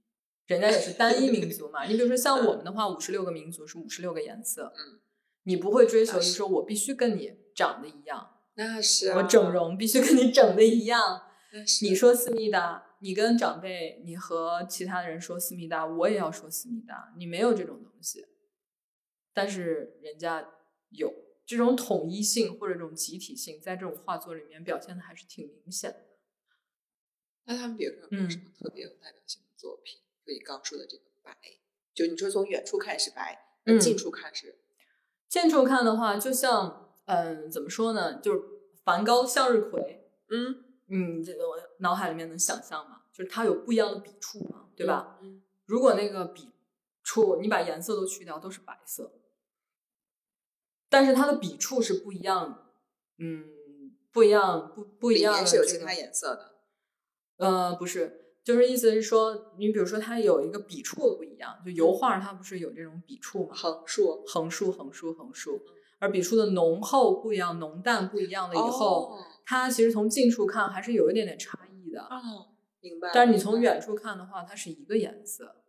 Speaker 2: 人家也是单一民族嘛，你比如说像我们的话，五十六个民族是五十六个颜色，
Speaker 1: 嗯，
Speaker 2: 你不会追求
Speaker 1: 那
Speaker 2: 就是
Speaker 1: 是
Speaker 2: 说我必须跟你长得一样，
Speaker 1: 那是、啊、
Speaker 2: 我整，容必须跟你整的一样。
Speaker 1: 那是
Speaker 2: 你说思密达，你跟长辈，你和其他人说思密达，我也要说思密达，你没有这种东西，但是人家有这种统一性或者这种集体性，在这种画作里面表现的还是挺明显的。
Speaker 1: 那他们比如说有
Speaker 2: 嗯
Speaker 1: 没有什么特别有代表性的作品？就你刚说的这个白，就你说从远处看是白，那
Speaker 2: 嗯
Speaker 1: 近处看是
Speaker 2: 近处看的话，就像嗯、怎么说呢，就是梵高向日葵，
Speaker 1: 嗯，
Speaker 2: 嗯，这个我脑海里面能想象吗？就是它有不一样的笔触嘛，对吧？？
Speaker 1: 嗯，
Speaker 2: 如果那个笔触你把颜色都去掉，都是白色，但是它的笔触是不一样，嗯，不一样，不不一
Speaker 1: 里
Speaker 2: 样的、
Speaker 1: 面是
Speaker 2: 这
Speaker 1: 有
Speaker 2: 个。
Speaker 1: 其他颜色的。
Speaker 2: 呃，不是，就是意思是说，你比如说它有一个笔触不一样，就油画它不是有这种笔触嘛，
Speaker 1: 横竖
Speaker 2: 横竖、横竖、横竖，
Speaker 1: 嗯
Speaker 2: 而笔触的浓厚不一样，浓淡不一样了以后，
Speaker 1: 哦
Speaker 2: 它其实从近处看还是有一点点差异的。
Speaker 1: 哦，明白。
Speaker 2: 但是你从远处看的话，它是一个颜色，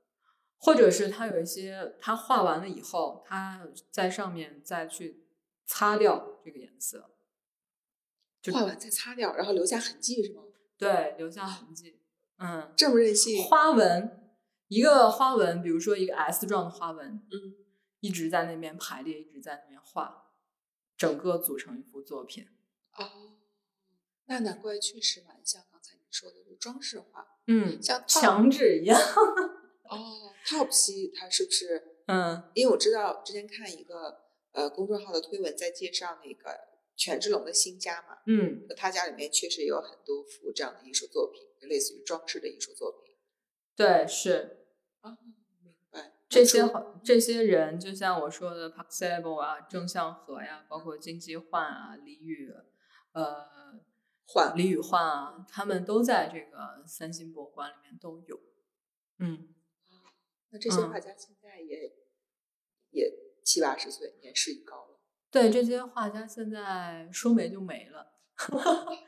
Speaker 2: 或者是它有一些，它画完了以后，它在上面再去擦掉这个颜色，就
Speaker 1: 画完再擦掉，然后留下痕迹是吗？
Speaker 2: 对，留下痕迹。嗯，
Speaker 1: 这么任性，
Speaker 2: 花纹，一个花纹，比如说一个 S 状的花纹，
Speaker 1: 嗯，
Speaker 2: 一直在那边排列，一直在那边画，整个组成一幅作品。
Speaker 1: 哦，那难怪确实蛮像刚才你说的，就装饰画，
Speaker 2: 嗯，
Speaker 1: 像 top-
Speaker 2: 墙纸一样。
Speaker 1: 哦，top 系它是不是？
Speaker 2: 嗯
Speaker 1: 因为我知道之前看一个呃公众号的推文在介绍那个权志龙的新家嘛，
Speaker 2: 嗯，
Speaker 1: 他家里面确实也有很多幅这样的艺术作品，就类似于装饰的艺术作品。
Speaker 2: 对，是。
Speaker 1: 哦，明白。
Speaker 2: 这
Speaker 1: 那
Speaker 2: 些
Speaker 1: 除
Speaker 2: 好这些人，就像我说的 p a x e b o 啊、郑向和呀，包括金基焕啊、李宇，呃，
Speaker 1: 换
Speaker 2: 李宇焕啊，他们都在这个三星博物馆里面都有。嗯，
Speaker 1: 那这些
Speaker 2: 嗯
Speaker 1: 画家现在也、也七八十岁，年事已高了。
Speaker 2: 对，这些画家现在说没就没了。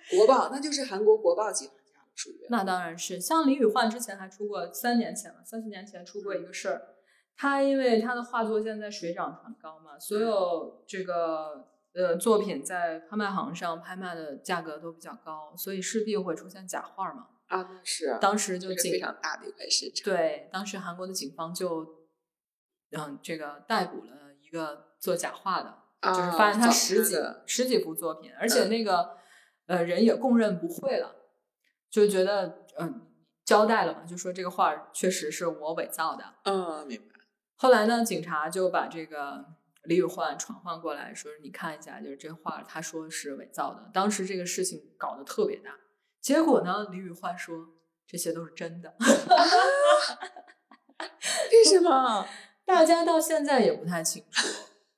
Speaker 1: 国宝那就是韩国国宝级画家了，属于。
Speaker 2: 那当然是，像李宇焕之前还出过，三年前吧，三四年前出过一个事儿。他因为他的画作现在水涨船高嘛，所有这个呃作品在拍卖行上拍卖的价格都比较高，所以势必会出现假画嘛。
Speaker 1: 啊，那是
Speaker 2: 当时就
Speaker 1: 这是非
Speaker 2: 警
Speaker 1: 常大的一块市场。
Speaker 2: 对，当时韩国的警方就嗯这个逮捕了一个做假画的，
Speaker 1: 啊，
Speaker 2: 就是发现他
Speaker 1: 早
Speaker 2: 十几、
Speaker 1: 知嗯道
Speaker 2: 十几幅作品，而且那个呃人也供认不讳了，就觉得嗯、交代了嘛，就说这个画儿确实是我伪造的。
Speaker 1: 嗯，明白。
Speaker 2: 后来呢，警察就把这个李宇焕传唤过来，说你看一下，就是这画儿他说是伪造的。当时这个事情搞得特别大，结果呢，李宇焕说这些都是真的。
Speaker 1: 为什么
Speaker 2: 大家到现在也不太清楚，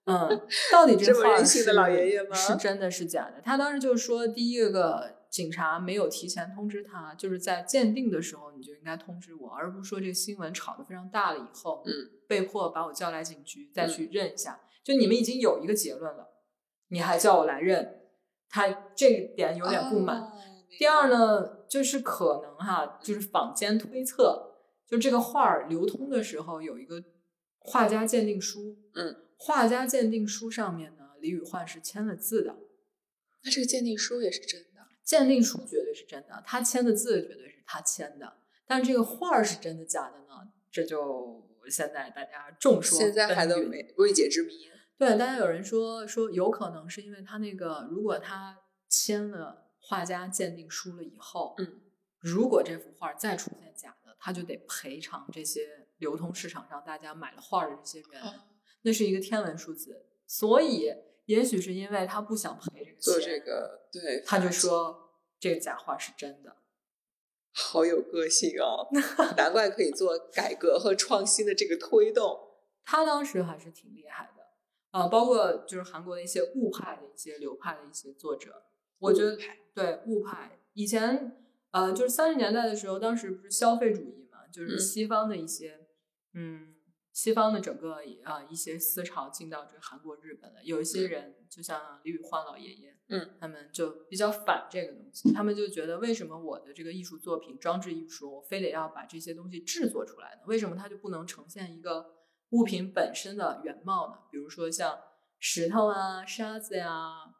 Speaker 2: 嗯，到底
Speaker 1: 这
Speaker 2: 这
Speaker 1: 么
Speaker 2: 画
Speaker 1: 任
Speaker 2: 儿
Speaker 1: 性
Speaker 2: 是
Speaker 1: 的老爷爷吗
Speaker 2: 是真的是假的？他当时就说，第一个警察没有提前通知他，就是在鉴定的时候你就应该通知我，而不是说这个新闻炒得非常大了以后，
Speaker 1: 嗯，
Speaker 2: 被迫把我叫来警局再去认一下。就你们已经有一个结论了，你还叫我来认，他这一点 有点不满。
Speaker 1: 哦
Speaker 2: 第二？呢，就是可能哈、就是坊间推测，就这个画儿流通的时候有一个画家鉴定书，
Speaker 1: 嗯，
Speaker 2: 画家鉴定书上面呢，李宇焕是签了字的，
Speaker 1: 那这个鉴定书也是真的。
Speaker 2: 鉴定书绝对是真的，他签的字绝对是他签的，但是这个画儿是真的假的呢？这就现在大家众说
Speaker 1: 现在还都
Speaker 2: 纷纭
Speaker 1: 没未解之谜。
Speaker 2: 对，大家有人说说有可能是因为他那个，如果他签了画家鉴定书了以后，
Speaker 3: 嗯，
Speaker 2: 如果这幅画再出现假的，他就得赔偿这些流通市场上大家买了画的这些人，
Speaker 1: 哦
Speaker 2: 那是一个天文数字。所以，也许是因为他不想赔这个
Speaker 1: 做
Speaker 2: 钱
Speaker 1: 这，个，对，
Speaker 2: 他就
Speaker 1: 反
Speaker 2: 说这个假画是真的。
Speaker 1: 好有个性哦， 难怪可以做改革和创新的这个推动。
Speaker 2: 他当时还是挺厉害的，啊、包括就是韩国的一些雾派的一些流派的一些作者，我觉得
Speaker 1: 雾派
Speaker 2: 对雾派以前呃就是三十年代的时候，当时不是消费主义嘛，就是
Speaker 1: 嗯
Speaker 2: 西方的一些嗯西方的整个啊、一些思潮进到这个韩国、日本的，有一些人、就像李宇欢老爷爷，
Speaker 3: 嗯，
Speaker 2: 他们就比较反这个东西，他们就觉得为什么我的这个艺术作品装置艺术，我非得要把这些东西制作出来呢？为什么它就不能呈现一个物品本身的原貌呢？比如说像石头啊、沙子呀、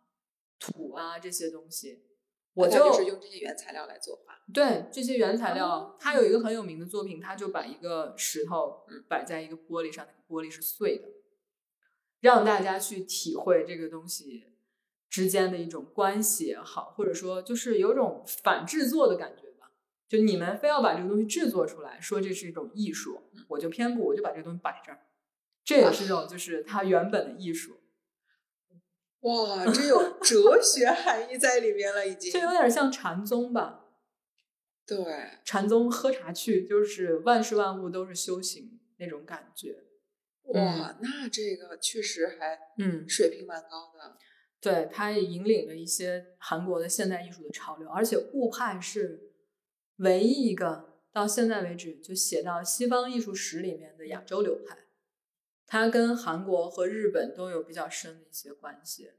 Speaker 2: 土啊这些东西。我
Speaker 1: 他
Speaker 2: 就
Speaker 1: 就是用这些原材料来做画，
Speaker 2: 对这些原材料
Speaker 1: 哦，
Speaker 2: 它有一个很有名的作品，它就把一个石头摆在一个玻璃上，那个玻璃是碎的，让大家去体会这个东西之间的一种关系也好，或者说就是有种反制作的感觉吧。就你们非要把这个东西制作出来，说这是一种艺术，我就偏不，我就把这个东西摆这儿。这也是一种就是它原本的艺术，
Speaker 1: 哇，这有哲学含义在里面了，已经
Speaker 2: 这。有点像禅宗吧。
Speaker 1: 对，
Speaker 2: 禅宗喝茶去，就是万事万物都是修行那种感觉。
Speaker 1: 哇，那这个确实还
Speaker 2: 嗯，
Speaker 1: 水平蛮高的。
Speaker 2: 对，它也引领了一些韩国的现代艺术的潮流，而且雾派是唯一一个到现在为止就写到西方艺术史里面的亚洲流派，它跟韩国和日本都有比较深的一些关系。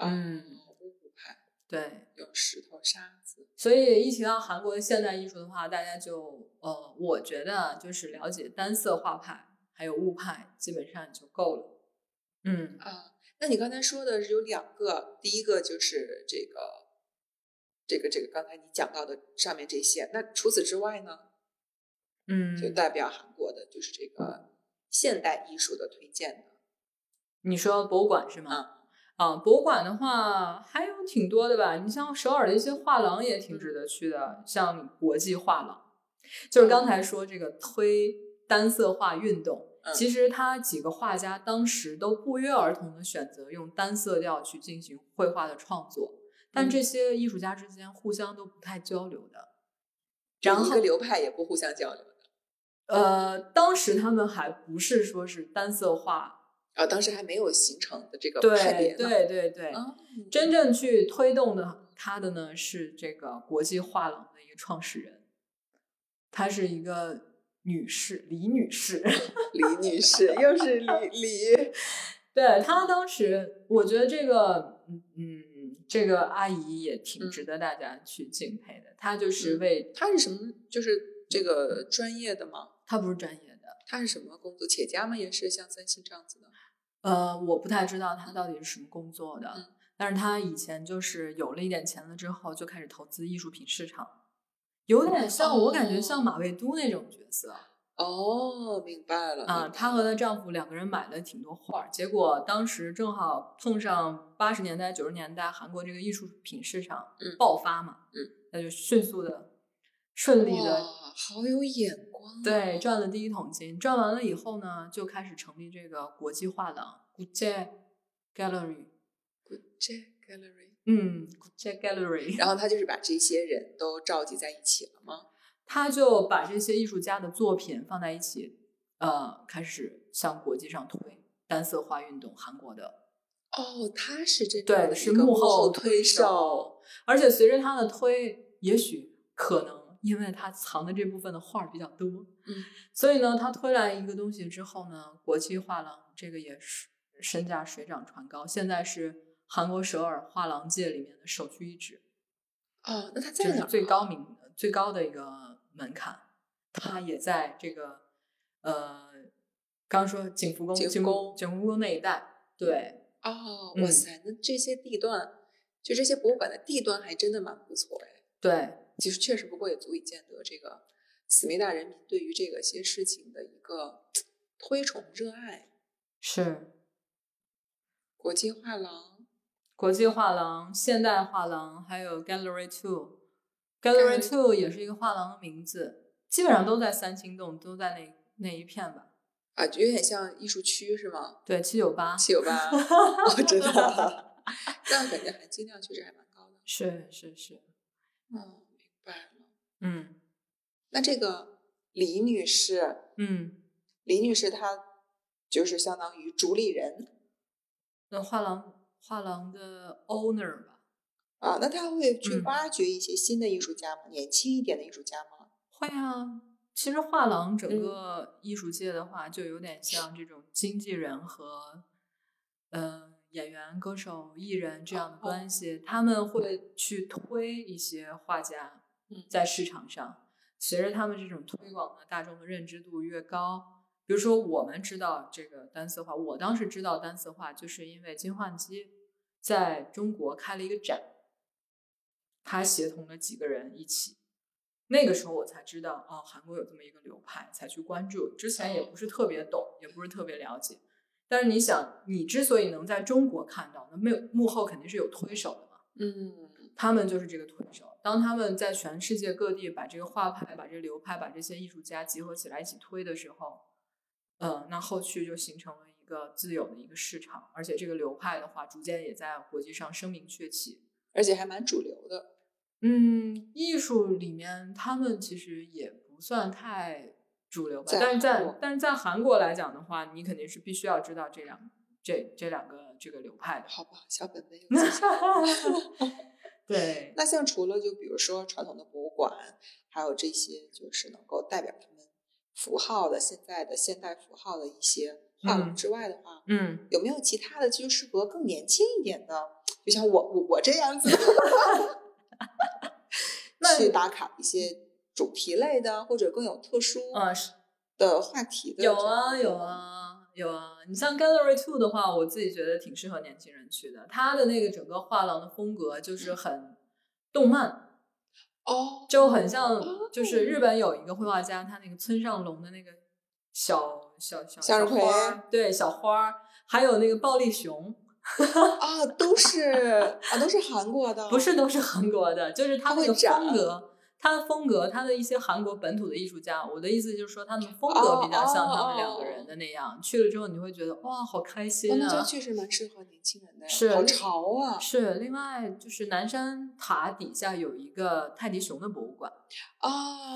Speaker 2: 嗯
Speaker 1: 哦，乌骨派
Speaker 2: 对，
Speaker 1: 有石头、沙子，
Speaker 2: 所以一提到韩国的现代艺术的话，大家就呃，我觉得就是了解单色画派还有雾派，基本上就够了。嗯，
Speaker 1: 啊，那你刚才说的是有两个，第一个就是这个，这个这个刚才你讲到的上面这些，那除此之外呢，
Speaker 2: 嗯
Speaker 1: 就代表韩国的就是这个现代艺术的推荐的，
Speaker 2: 你说博物馆是
Speaker 1: 嗯
Speaker 2: 吗？啊、博物馆的话还有挺多的吧。你像首尔的一些画廊也挺
Speaker 1: 嗯
Speaker 2: 值得去的，像国际画廊，就是刚才说这个推单色画运动，
Speaker 1: 嗯
Speaker 2: 其实他几个画家当时都不约而同的选择用单色调去进行绘画的创作，但
Speaker 1: 嗯
Speaker 2: 这些艺术家之间互相都不太交流的。
Speaker 1: 就
Speaker 2: 然
Speaker 1: 一
Speaker 2: 后
Speaker 1: 个流派也不互相交流的
Speaker 2: 呃，当时他们还不是说是单色画，
Speaker 1: 啊，当时还没有形成的这个派别
Speaker 2: 对
Speaker 1: 呢，
Speaker 2: 对对对，
Speaker 1: 啊，
Speaker 2: 真正去推动的他的呢是这个国际画廊的一个创始人，她是一个女士，李女士。
Speaker 1: 李女士又是李李，
Speaker 2: 对她当时，我觉得这个，嗯嗯，这个阿姨也挺值得大家去敬佩的。她就是为
Speaker 1: 她是什么？就是这个专业的吗？
Speaker 2: 她不是专业的，
Speaker 1: 她是什么工作？企业家吗？也是像三星这样子的？
Speaker 2: 呃，我不太知道她到底是什么工作的，
Speaker 1: 嗯
Speaker 2: 但是她以前就是有了一点钱了之后，就开始投资艺术品市场，有点像、我感觉像马未都那种角色。
Speaker 1: 哦，明白了
Speaker 2: 啊，
Speaker 1: 明白
Speaker 2: 她和
Speaker 1: 了
Speaker 2: 她丈夫两个人买了挺多画儿，结果当时正好碰上八十年代、九十年代韩国这个艺术品市场
Speaker 1: 嗯
Speaker 2: 爆发嘛，
Speaker 1: 嗯，
Speaker 2: 那就迅速的、顺利的
Speaker 1: 哇，好有眼光、啊。
Speaker 2: 对赚了第一桶金。赚完了以后呢，就开始成立这个国际画廊 g u c c i Gallery，
Speaker 1: Good Jack Gallery。
Speaker 2: 嗯 g u c c i Gallery，
Speaker 1: 然后他就是把这些人都召集在一起了吗？
Speaker 2: 他就把这些艺术家的作品放在一起，呃，开始向国际上推单色画运动，韩国的
Speaker 1: 哦，他是这种
Speaker 2: 对，
Speaker 1: 的
Speaker 2: 是
Speaker 1: 一个幕
Speaker 2: 后
Speaker 1: 推手。
Speaker 2: 手。而且随着他的推，也许可能因为他藏的这部分的画儿比较多，
Speaker 1: 嗯，
Speaker 2: 所以呢，他推来一个东西之后呢，国际画廊这个也是身价水涨船高，现在是韩国首尔画廊界里面的首屈一指，
Speaker 1: 哦，那他
Speaker 2: 就
Speaker 1: 在哪
Speaker 2: 是
Speaker 1: 儿？
Speaker 2: 最高名最高的一个门槛。他也在这个呃，刚说景福宫、
Speaker 1: 景福
Speaker 2: 景福
Speaker 1: 宫嗯
Speaker 2: 景福宫那一带，对，
Speaker 1: 哦，
Speaker 2: 嗯
Speaker 1: 哇塞，那这些地段，就这些博物馆的地段还真的蛮不错哎。
Speaker 2: 对，
Speaker 1: 其实确实，不过也足以见得这个思密达人民对于这个些事情的一个推崇、热爱。
Speaker 2: 是
Speaker 1: 国际画廊
Speaker 2: 国际画廊、现代画廊，还有 Gallery Two。Gallery
Speaker 1: Gallery
Speaker 2: Two 也是一个画廊的名字，基本上都在三清洞，都在那那一片吧。
Speaker 1: 啊，有点像艺术区是吗？
Speaker 2: 对，七九八
Speaker 1: 七九八，我知道了，但感觉含金量确实还蛮高的。
Speaker 2: 是是是，
Speaker 1: 嗯，明白了。
Speaker 2: 嗯
Speaker 1: 那这个李女士，
Speaker 2: 嗯，
Speaker 1: 李女士她就是相当于主理人
Speaker 2: 那画廊画廊的 owner 吧，
Speaker 1: 啊，那她会去
Speaker 2: 嗯
Speaker 1: 挖掘一些新的艺术家吗？年轻一点的艺术家吗？
Speaker 2: 会啊。其实画廊整个艺术界的话，就有点像这种经纪人和嗯、呃演员、歌手、艺人这样的关系，他们会去推一些画家
Speaker 1: 嗯
Speaker 2: 在市场上。随着他们这种推广呢，大众的认知度越高，比如说我们知道这个单色画，我当时知道单色画，就是因为金焕基在中国开了一个展，他协同了几个人一起。那个时候我才知道，哦，韩国有这么一个流派，才去关注。之前也不是特别懂，也不是特别了解。但是你想，你之所以能在中国看到，那幕幕后肯定是有推手的嘛。
Speaker 1: 嗯，
Speaker 2: 他们就是这个推手。当他们在全世界各地把这个画派、把这个流派、把这些艺术家集合起来一起推的时候，呃，那后续就形成了一个自有的一个市场，而且这个流派的话，逐渐也在国际上声名鹊起。
Speaker 1: 而且还蛮主流的。
Speaker 2: 嗯，艺术里面他们其实也不算太主流吧，
Speaker 1: 在
Speaker 2: 但是
Speaker 1: 韩
Speaker 2: 在
Speaker 1: 国
Speaker 2: 但是在韩国来讲的话，你肯定是必须要知道这两这这两个这个流派 的。
Speaker 1: 好吧，小本本有记下
Speaker 2: 对，
Speaker 1: 那像除了就比如说传统的博物馆，还有这些就是能够代表他们符号的现在的现代符号的一些画廊
Speaker 2: 嗯
Speaker 1: 之外的话，
Speaker 2: 嗯，
Speaker 1: 有没有其他的就适合更年轻一点的，就像我我我这样 子，
Speaker 2: 那
Speaker 1: 去打卡一些主题类的或者更有特殊
Speaker 2: 呃，是
Speaker 1: 的话题的？
Speaker 2: 有啊，有。
Speaker 1: 嗯
Speaker 2: 啊，有啊。你像 Gallery Two 的话，我自己觉得挺适合年轻人去的。它的那个整个画廊的风格就是
Speaker 1: 嗯
Speaker 2: 很动漫，
Speaker 1: 哦，
Speaker 2: 就很像，就是日本有一个绘画家，他那个村上隆的那个小小小
Speaker 1: 向
Speaker 2: 小
Speaker 1: 日葵
Speaker 2: 花儿，对小花儿，还有那个暴力熊，
Speaker 1: 啊，都是啊，都是韩国的， 哦
Speaker 2: 不是都是韩国的，就是他
Speaker 1: 它会
Speaker 2: 那个
Speaker 1: 展
Speaker 2: 风格。他的风格，他的一些韩国本土的艺术家，我的意思就是说，他们的风格
Speaker 1: 哦
Speaker 2: 比较像他
Speaker 1: 哦
Speaker 2: 们两个人的那样。去了之后，你会觉得哇，好开心
Speaker 1: 哦，
Speaker 2: 啊！
Speaker 1: 那就确实蛮适合年轻人的呀，
Speaker 2: 是
Speaker 1: 好潮啊！
Speaker 2: 是，另外就是南山塔底下有一个泰迪熊的博物馆，
Speaker 1: 啊，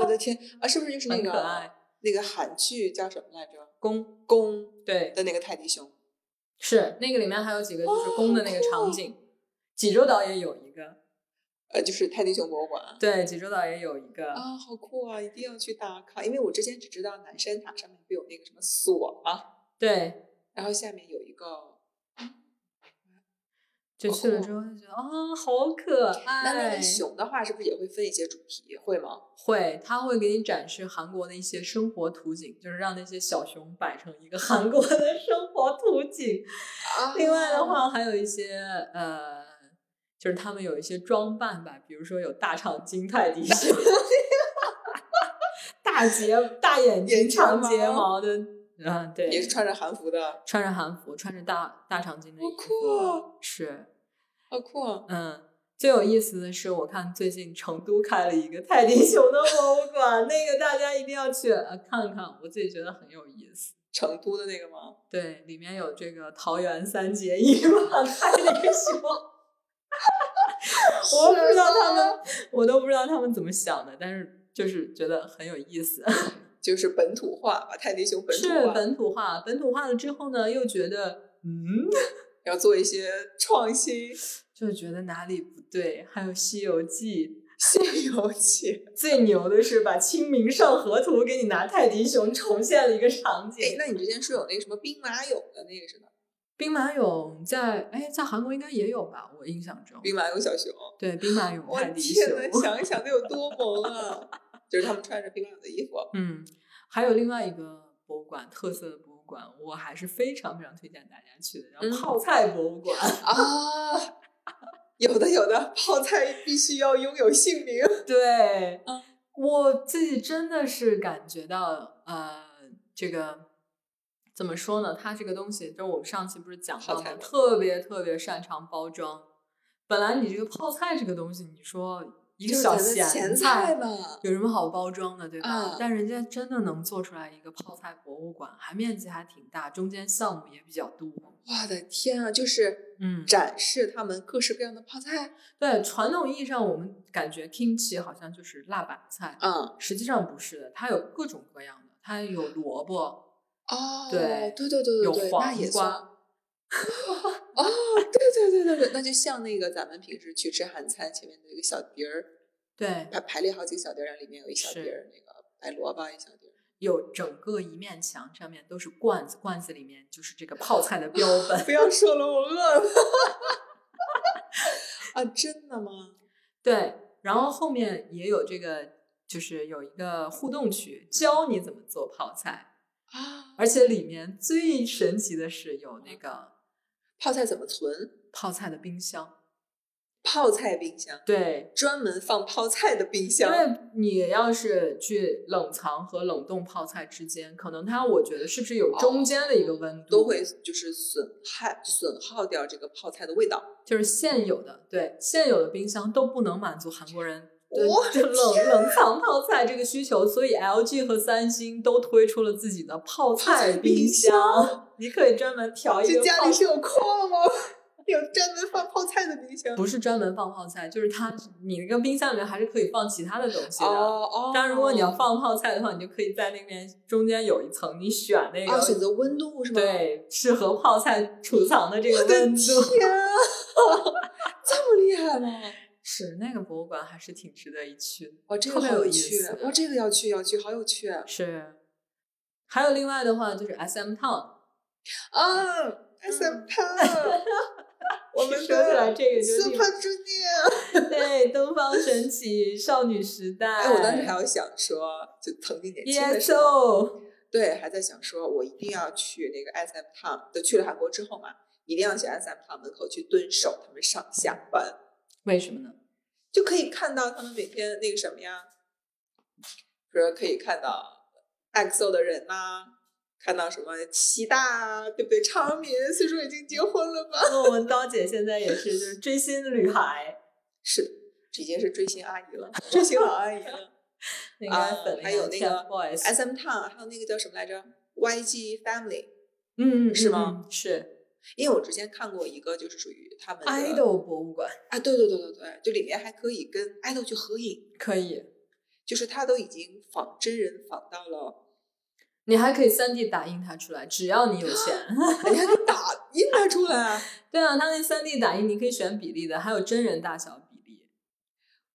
Speaker 1: 我的天啊，是不是就是那
Speaker 2: 很可
Speaker 1: 个
Speaker 2: 爱。
Speaker 1: 那个韩剧叫什么来着？
Speaker 2: 宫
Speaker 1: 宫
Speaker 2: 对，
Speaker 1: 的那个泰迪熊
Speaker 2: 是那个里面还有几个就是宫的那个
Speaker 1: 哦
Speaker 2: 场景，济州岛也有一个，
Speaker 1: 呃，就是泰迪熊博物馆。
Speaker 2: 对，济州岛也有一个，
Speaker 1: 啊，好酷啊！一定要去打卡，因为我之前只知道南山塔上面不有那个什么锁吗？
Speaker 2: 对，
Speaker 1: 然后下面有一个，
Speaker 2: 就
Speaker 1: 好
Speaker 2: 去了
Speaker 1: 酷
Speaker 2: 之后就觉得啊、好可
Speaker 1: 哦那那
Speaker 2: 爱
Speaker 1: 个。熊的话，是不是也会分一些主题，会吗？
Speaker 2: 会，他会给你展示韩国的一些生活图景，就是让那些小熊摆成一个韩国的生活图景。
Speaker 1: 啊
Speaker 2: 另外的，话，还有一些呃，就是他们有一些装扮吧，比如说有大长今泰 迪熊， 大睫大眼睛、
Speaker 1: 眼
Speaker 2: 长
Speaker 1: 睫
Speaker 2: 睫
Speaker 1: 毛
Speaker 2: 毛的，啊，对，
Speaker 1: 也是穿着韩服的，
Speaker 2: 穿着韩服，穿着大大长今的
Speaker 1: 好
Speaker 2: 衣
Speaker 1: 酷啊
Speaker 2: 服，是，
Speaker 1: 好酷啊！
Speaker 2: 嗯。最有意思的是，我看最近成都开了一个泰迪熊的博物馆，那个大家一定要去呃看看，我自己觉得很有意思。
Speaker 1: 成都的那个吗？
Speaker 2: 对，里面有这个桃园三结义嘛， 泰迪熊。 我不知道他们，我都不知道他们怎么想的，但是就是觉得很有意思。
Speaker 1: 就是本土化，把泰迪熊本土
Speaker 2: 是
Speaker 1: 化，
Speaker 2: 本土化，本土化了之后呢，又觉得嗯，
Speaker 1: 然后做一些创 新。
Speaker 2: 就觉得哪里不对。还有《西游记》，
Speaker 1: 西游记，
Speaker 2: 最牛的是把《清明上河图》给你拿泰迪熊重现了一个场
Speaker 1: 哎
Speaker 2: 景，。
Speaker 1: 那你之前说有那个什么兵马俑的那个是哪？
Speaker 2: 兵马俑在哎，在韩国应该也有吧？我印象中，
Speaker 1: 兵马俑小熊，
Speaker 2: 对兵马 俑
Speaker 1: 我
Speaker 2: 泰迪
Speaker 1: 天呐，
Speaker 2: 熊，
Speaker 1: 想一想得有多萌啊！ 就是他们穿着兵马俑的衣服，
Speaker 2: 嗯，还有另外一个博物馆，特色的博物馆，我还是非常非常推荐大家去的，
Speaker 1: 嗯
Speaker 2: 叫泡菜博物馆。
Speaker 1: 啊， 有的有的，泡菜必须要拥有姓名。
Speaker 2: 对
Speaker 1: 嗯，
Speaker 2: 我自己真的是感觉到，呃，这个怎么说呢？它这个东西，就是我们上期不是讲
Speaker 1: 泡
Speaker 2: 到
Speaker 1: 菜
Speaker 2: 的，
Speaker 1: 吗
Speaker 2: 特别特别擅长包装。本来你这个泡菜这个东西，你说一个
Speaker 1: 就是
Speaker 2: 小
Speaker 1: 咱们
Speaker 2: 咸
Speaker 1: 咸菜嘛，
Speaker 2: 有什么好包装的，对吧？
Speaker 1: 啊
Speaker 2: 但人家真的能做出来一个泡菜博物馆，还面积还挺大，中间项目也比较多。
Speaker 1: 我的天啊，就是
Speaker 2: 嗯，
Speaker 1: 展示他们各式各样的泡菜，
Speaker 2: 对，传统意义上我们感觉 kimchi 好像就是辣白菜，
Speaker 1: 嗯，
Speaker 2: 实际上不是的，它有各种各样的，它有萝卜，
Speaker 1: 哦，
Speaker 2: 对
Speaker 1: 对对对对
Speaker 2: 有
Speaker 1: 对，那
Speaker 2: 黄
Speaker 1: 也算
Speaker 2: 瓜，
Speaker 1: 哦，对对对对对，那就像那个咱们平时去吃韩餐前面的一个小碟儿，
Speaker 2: 对，
Speaker 1: 排排列好几个小碟儿，然后里面有一小
Speaker 2: 是
Speaker 1: 碟儿那个白萝卜一小碟儿。
Speaker 2: 有整个一面墙上面都是罐子，罐子里面就是这个泡菜的标本。
Speaker 1: 不要说了，我饿了。 啊，真的吗？
Speaker 2: 对，然后后面也有这个，就是有一个互动区，教你怎么做泡菜，
Speaker 1: 啊，
Speaker 2: 而且里面最神奇的是有那个
Speaker 1: 泡菜怎么存？
Speaker 2: 泡菜的冰箱。
Speaker 1: 泡菜冰箱，
Speaker 2: 对，
Speaker 1: 专门放泡菜的冰
Speaker 2: 因
Speaker 1: 箱。
Speaker 2: 为你要是去冷藏和冷冻泡菜之间，可能它我觉得是不是有中间的一个温度，
Speaker 1: 哦都会就是损害损耗掉这个泡菜的味道。
Speaker 2: 就是现有的，对现有的冰箱都不能满足韩国人对
Speaker 1: 我啊
Speaker 2: 就冷冷藏泡菜这个需求，所以 LG 和三星都推出了自己的泡
Speaker 1: 泡
Speaker 2: 菜冰
Speaker 1: 菜冰
Speaker 2: 箱，你可以专门调一
Speaker 1: 这
Speaker 2: 个
Speaker 1: 家
Speaker 2: 泡
Speaker 1: 里。是有矿吗？有专门放泡菜的冰箱？
Speaker 2: 不是专门放泡菜，就是它，你那个冰箱里面还是可以放其他的东西的。
Speaker 1: 哦
Speaker 2: 但如果你要放泡菜的话，你就可以在那边中间有一层，你选那个、
Speaker 1: 啊，选择温度是吗？
Speaker 2: 对适合泡菜储藏的这个
Speaker 1: 我的
Speaker 2: 温度。
Speaker 1: 天啊， 这么厉害吗？
Speaker 2: 是那个博物馆还是挺值得一去的。
Speaker 1: 哇，这
Speaker 2: 特
Speaker 1: 个
Speaker 2: 别
Speaker 1: 好
Speaker 2: 有意
Speaker 1: 趣
Speaker 2: 思！
Speaker 1: 哇，这个要去要去，好有趣啊！
Speaker 2: 是，还有另外的话就是 S M Town， 嗯
Speaker 1: 啊 s m Town，我们
Speaker 2: 说起来
Speaker 1: 的
Speaker 2: 这个就
Speaker 1: Super
Speaker 2: 令
Speaker 1: Junior。
Speaker 2: 对东方神起少女时代，
Speaker 1: 哎，我当时还有想说，就曾经年轻的
Speaker 2: E
Speaker 1: 时候，
Speaker 2: EXO，
Speaker 1: 对，还在想说，我一定要去那个 S M Town。就去了韩国之后嘛，一定要去 S M Town 门口去蹲守他们上下班，
Speaker 2: 为什么呢？
Speaker 1: 就可以看到他们每天那个什么呀，比如可以看到 EXO 的人呐、看到什么七大啊，对不对？长敏虽说已经结婚了吧，
Speaker 2: 那我们高姐现在也是就是追星女孩，
Speaker 1: 是的，已经是追星阿姨了，追星老阿姨了。
Speaker 2: 那
Speaker 1: 啊
Speaker 2: 个粉
Speaker 1: 还有那个
Speaker 2: Boys，
Speaker 1: S M Town，还有那个叫什么来着？YG Family。
Speaker 2: 嗯，
Speaker 1: 是吗
Speaker 2: 嗯？是
Speaker 1: 因为我之前看过一个，就是属于他们的
Speaker 2: idol 博物馆
Speaker 1: 啊，对对对对对，就里面还可以跟 idol 去合影，
Speaker 2: 可以，
Speaker 1: 就是他都已经仿真人仿到了，
Speaker 2: 你还可以三 D 打印它出来，只要你有钱。
Speaker 1: 人家给打印他出来啊，
Speaker 2: 对啊，它那三 D 打印你可以选比例的，还有真人大小比例。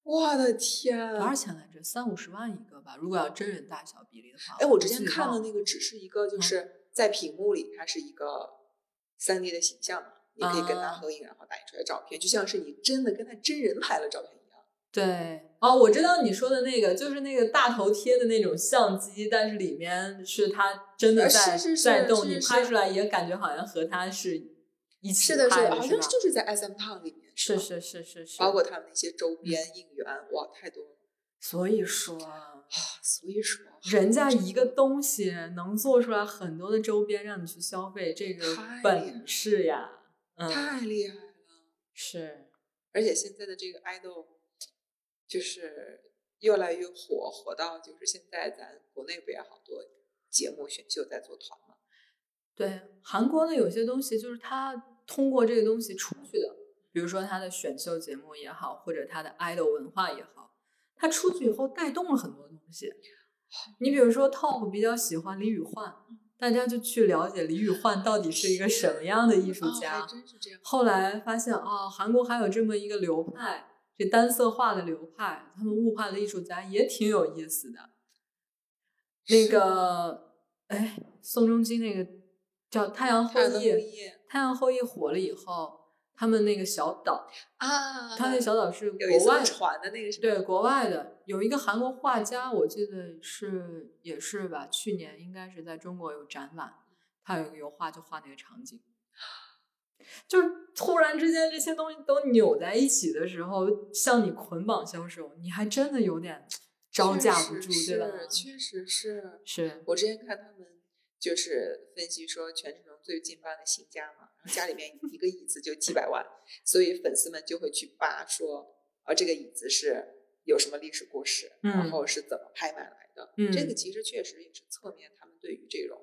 Speaker 1: 我的天
Speaker 2: 多少
Speaker 1: 啊！
Speaker 2: 钱来着？三五十万一个吧，如果要真人大小比例的话。
Speaker 1: 哎，我之前
Speaker 2: 自己
Speaker 1: 看的
Speaker 2: 忘
Speaker 1: 那个只是一个，
Speaker 2: 嗯
Speaker 1: 就是在屏幕里它是一个三 D 的形象嘛，你可以跟他
Speaker 2: 啊
Speaker 1: 合影，然后打印出来照片，就像是你真的跟他真人拍了照片一样。
Speaker 2: 对哦，我知道你说的那个，就是那个大头贴的那种相机，但是里面是它真的
Speaker 1: 呃
Speaker 2: 在
Speaker 1: 是是是
Speaker 2: 在动，
Speaker 1: 是
Speaker 2: 你
Speaker 1: 是
Speaker 2: 拍出来也感觉好像和它是一起
Speaker 1: 是的，是
Speaker 2: 拍
Speaker 1: 的，
Speaker 2: 的，
Speaker 1: 好
Speaker 2: 是
Speaker 1: 像
Speaker 2: 吧？
Speaker 1: 就是在 SM Town 里面，
Speaker 2: 是
Speaker 1: 吧，
Speaker 2: 是是是是，嗯
Speaker 1: 包括他们那些周边应援，哇，太多了。
Speaker 2: 所以说啊，
Speaker 1: 所以说，
Speaker 2: 人家一个东西能做出来很多的周边让你去消费，这个
Speaker 1: 太
Speaker 2: 本事呀，嗯，
Speaker 1: 太厉害了。
Speaker 2: 是
Speaker 1: 而且现在的这个 idol 就是越来越火，火到就是现在咱国内不也好多节目选秀在做团嘛？
Speaker 2: 对韩国的有些东西就是它通过这个东西出去的，比如说它的选秀节目也好，或者它的 idol 文化也好，它出去以后带动了很多东西。你比如说 TOP 比较喜欢李宇焕，大家就去了解李宇焕到底是一个什么样的艺术家。
Speaker 1: 哦还真是这样。
Speaker 2: 后来发现哦，韩国还有这么一个流派，这单色画的流派，他们物化的艺术家也挺有意思的。那
Speaker 1: 是
Speaker 2: 个，哎，宋仲基那个叫《太阳后
Speaker 1: 太阳的
Speaker 2: 裔》，
Speaker 1: 后
Speaker 2: 《
Speaker 1: 裔
Speaker 2: 太阳后裔》火了以后，他们那个小岛，
Speaker 1: 啊，
Speaker 2: 他那小岛是
Speaker 1: 有一
Speaker 2: 国
Speaker 1: 艘
Speaker 2: 外
Speaker 1: 船的那个是
Speaker 2: 对国外的，有一个韩国画家，我记得是也是吧，去年应该是在中国有展览，他有一个油画就画那个场景，就是突然之间这些东西都扭在一起的时候，向你捆绑销售，你还真的有点招架不住，对吧？
Speaker 1: 确实是。
Speaker 2: 是，
Speaker 1: 我之前看他们就是分析说权志龙最近搬了新家嘛，然后家里面一个椅子就几百万，所以粉丝们就会去扒说啊这个椅子是有什么历史故事，
Speaker 2: 嗯
Speaker 1: 然后是怎么拍卖来的。
Speaker 2: 嗯
Speaker 1: 这个其实确实也是侧面他们对于这种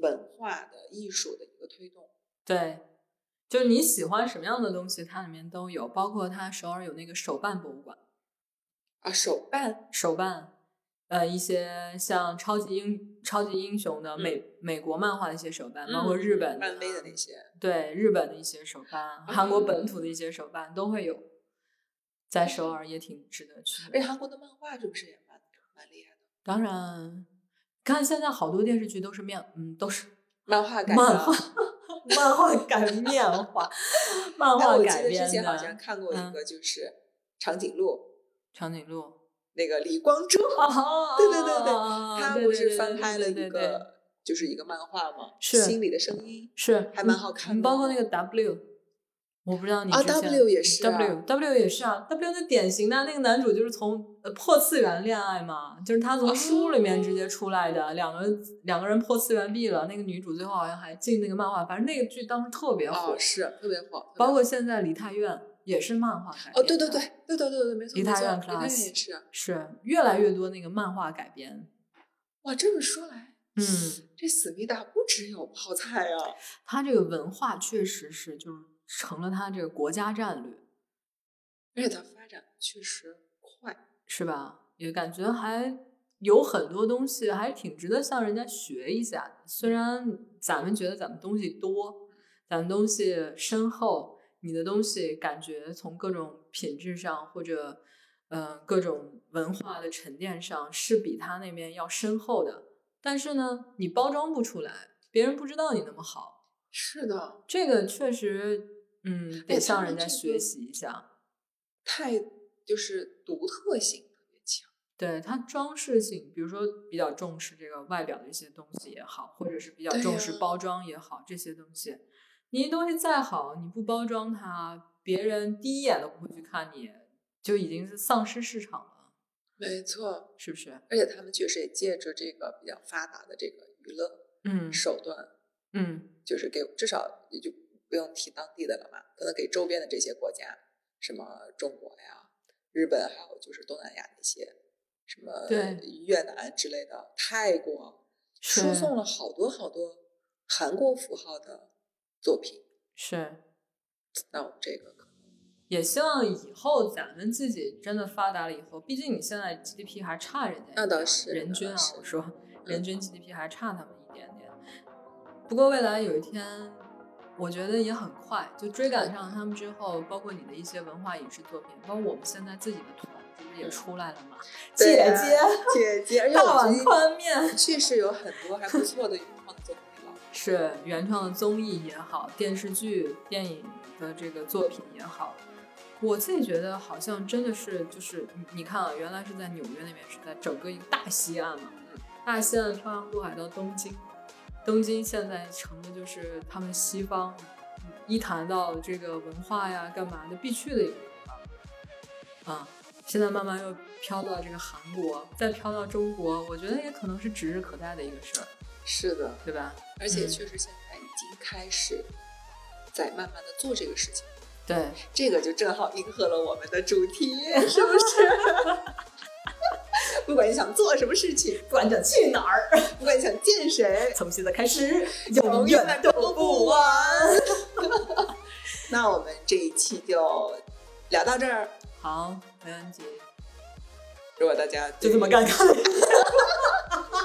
Speaker 1: 文化的艺术的一个推动。
Speaker 2: 对，就是你喜欢什么样的东西，它里面都有，包括它首尔有那个手办博物馆，
Speaker 1: 啊，手办
Speaker 2: 手办，呃，一些像超级英超级英雄的美、美国漫画的一些手办，包括日本
Speaker 1: 嗯漫威的那
Speaker 2: 些。
Speaker 1: 些，嗯
Speaker 2: 对日本的一些手办，韩国本土的一些手办都会有，在首尔也挺值得去
Speaker 1: 而且
Speaker 2: 的。
Speaker 1: 哎韩国的漫画是不是也蛮蛮厉害的？
Speaker 2: 当然，看现在好多电视剧都是面，嗯，都是
Speaker 1: 漫画改的
Speaker 2: 漫画， 漫画改 面画，漫
Speaker 1: 哎
Speaker 2: 画
Speaker 1: 我
Speaker 2: 改
Speaker 1: 记得
Speaker 2: 编
Speaker 1: 之前好像
Speaker 2: 的。
Speaker 1: 看过一
Speaker 2: 嗯
Speaker 1: 个，就是长颈鹿、
Speaker 2: 长颈鹿，
Speaker 1: 那个李光洙，
Speaker 2: 哦
Speaker 1: 对对对对他
Speaker 2: 他
Speaker 1: 不是翻拍了
Speaker 2: 对
Speaker 1: 一
Speaker 2: 对对对
Speaker 1: 个，就是一个漫画吗？
Speaker 2: 是
Speaker 1: 心里的声音
Speaker 2: 是
Speaker 1: 还蛮好看的
Speaker 2: 嗯包括那个 W，我不知道你
Speaker 1: 啊
Speaker 2: 之前
Speaker 1: ，W 也是啊
Speaker 2: W W 也是啊，W 那典型的那个男主就是从呃破次元恋爱嘛，就是他从书里面直接出来的，两个人两个人破次元壁了，那个女主最后好像还进那个漫画，反正那个剧当时特别火，
Speaker 1: 哦，是特别火，特别
Speaker 2: 包
Speaker 1: 火
Speaker 2: 括现在梨泰院也是漫画改编的
Speaker 1: 哦，对对对，对对对对，没错，
Speaker 2: 梨
Speaker 1: 没
Speaker 2: 泰
Speaker 1: 错
Speaker 2: 院
Speaker 1: 梨泰
Speaker 2: Class
Speaker 1: 也是。
Speaker 2: 是越来越多那个漫画改编，
Speaker 1: 哇，这么说来，
Speaker 2: 嗯。
Speaker 1: 这思密达不只有泡菜啊，
Speaker 2: 他这个文化确实是就是成了他这个国家战略，
Speaker 1: 而且它发展得确实快。
Speaker 2: 是吧？也感觉还有很多东西还挺值得向人家学一下的。虽然咱们觉得咱们东西多，咱们东西深厚，你的东西感觉从各种品质上或者嗯、呃各种文化的沉淀上是比他那边要深厚的，但是呢，你包装不出来，别人不知道你那么好。
Speaker 1: 是的，
Speaker 2: 这个确实，嗯，
Speaker 1: 哎
Speaker 2: 得
Speaker 1: 他
Speaker 2: 向
Speaker 1: 们
Speaker 2: 人家
Speaker 1: 这
Speaker 2: 学
Speaker 1: 个
Speaker 2: 习一下。
Speaker 1: 太就是独特性特别强。
Speaker 2: 对它装饰性，比如说比较重视这个外表的一些东西也好，或者是比较
Speaker 1: 对
Speaker 2: 重视
Speaker 1: 呀
Speaker 2: 包装也好，这些东西，你东西再好，你不包装它，别人第一眼都不会去看你，就已经是丧失市场了，
Speaker 1: 没错，
Speaker 2: 是不是？
Speaker 1: 而且他们确实也借着这个比较发达的这个娱乐
Speaker 2: 嗯
Speaker 1: 手段，
Speaker 2: 嗯，
Speaker 1: 就是给至少也就不用提当地的了嘛，可能给周边的这些国家，什么中国呀、日本，还有就是东南亚那些，什么
Speaker 2: 对
Speaker 1: 越南之类的，泰国
Speaker 2: 是
Speaker 1: 输送了好多好多韩国符号的作品。
Speaker 2: 是。
Speaker 1: 那我们这 个可能
Speaker 2: 也希望以后咱们自己真的发达了以后，毕竟你现在 GDP 还差人家一点儿，
Speaker 1: 那倒是
Speaker 2: 人均
Speaker 1: 那
Speaker 2: 啊
Speaker 1: 倒是，嗯
Speaker 2: 我说人均 GDP 还差他们一点点。不过未来有一天，我觉得也很快，就追赶上他们之后，包括你的一些文化影视作品，包括我们现在自己的团子不是也出来了嘛？
Speaker 1: 嗯对
Speaker 2: 姐
Speaker 1: 啊
Speaker 2: 姐，
Speaker 1: 姐姐，而且
Speaker 2: 大
Speaker 1: 我最
Speaker 2: 碗
Speaker 1: 近
Speaker 2: 宽面
Speaker 1: 确实有很多还不错的原创的作品了。
Speaker 2: 是原创的综艺也好，电视剧、电影的这个作品也好，我自己觉得好像真的是就是你你看啊，原来是在纽约那边是在整个一个大西岸嘛，大西岸漂洋过海到东京，东京现在成了就是他们西方一谈到这个文化呀干嘛的必去的一个地方啊。现在慢慢又飘到这个韩国，再飘到中国，我觉得也可能是指日可待的一个事儿，
Speaker 1: 是的，
Speaker 2: 对吧？
Speaker 1: 而且
Speaker 2: 嗯
Speaker 1: 确实现在已经开始在慢慢的做这个事情，
Speaker 2: 对，
Speaker 1: 这个就正好迎合了我们的主题， 是不是？ 不管你想做什么事情，
Speaker 2: 不管想去哪儿，
Speaker 1: 不管你想见谁，
Speaker 2: 从现在开始，
Speaker 1: 永远都不晚。 那我们这一期就聊到这儿。
Speaker 2: 好，没问题，
Speaker 1: 如果大家
Speaker 2: 就
Speaker 1: 对
Speaker 2: 这么尴尬。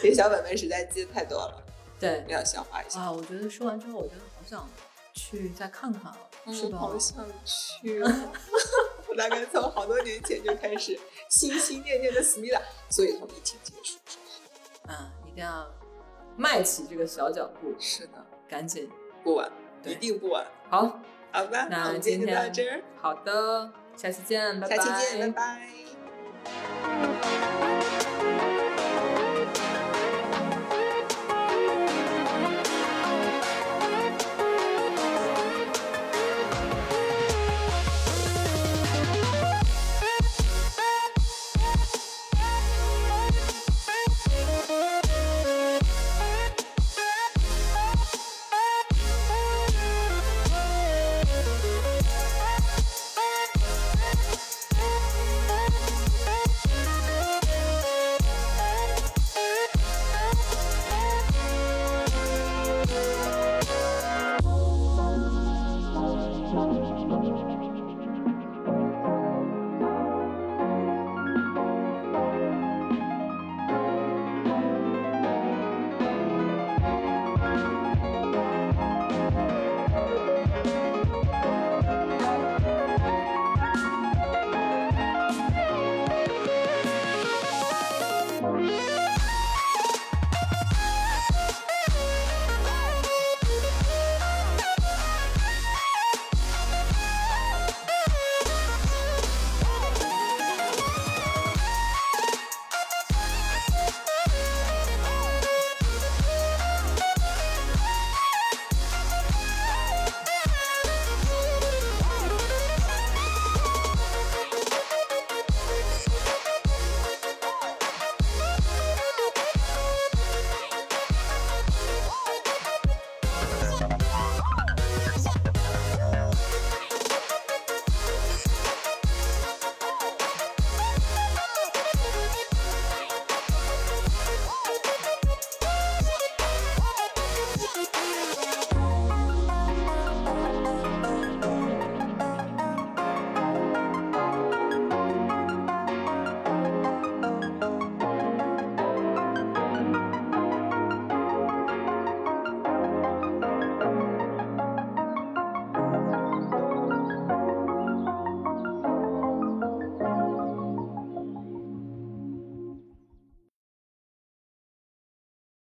Speaker 1: 这小本本实在记得太多了，
Speaker 2: 对
Speaker 1: 你，要消化一下。
Speaker 2: 啊，我觉得说完之后，我真的好想去再看看啊，是吧？
Speaker 1: 好想去、哦。 我大概从好多年前就开始心心念念的思密达，所以从疫情结束之后，
Speaker 2: 嗯，一定要迈起这个小脚步，
Speaker 1: 是的，
Speaker 2: 赶紧。
Speaker 1: 不晚，
Speaker 2: 对
Speaker 1: 一定不晚，
Speaker 2: 好，
Speaker 1: 好吧？
Speaker 2: 那
Speaker 1: 我们
Speaker 2: 今
Speaker 1: 天就到
Speaker 2: 天
Speaker 1: 这儿，
Speaker 2: 好的，下期见，拜
Speaker 1: 下
Speaker 2: 拜。
Speaker 1: 期见，拜拜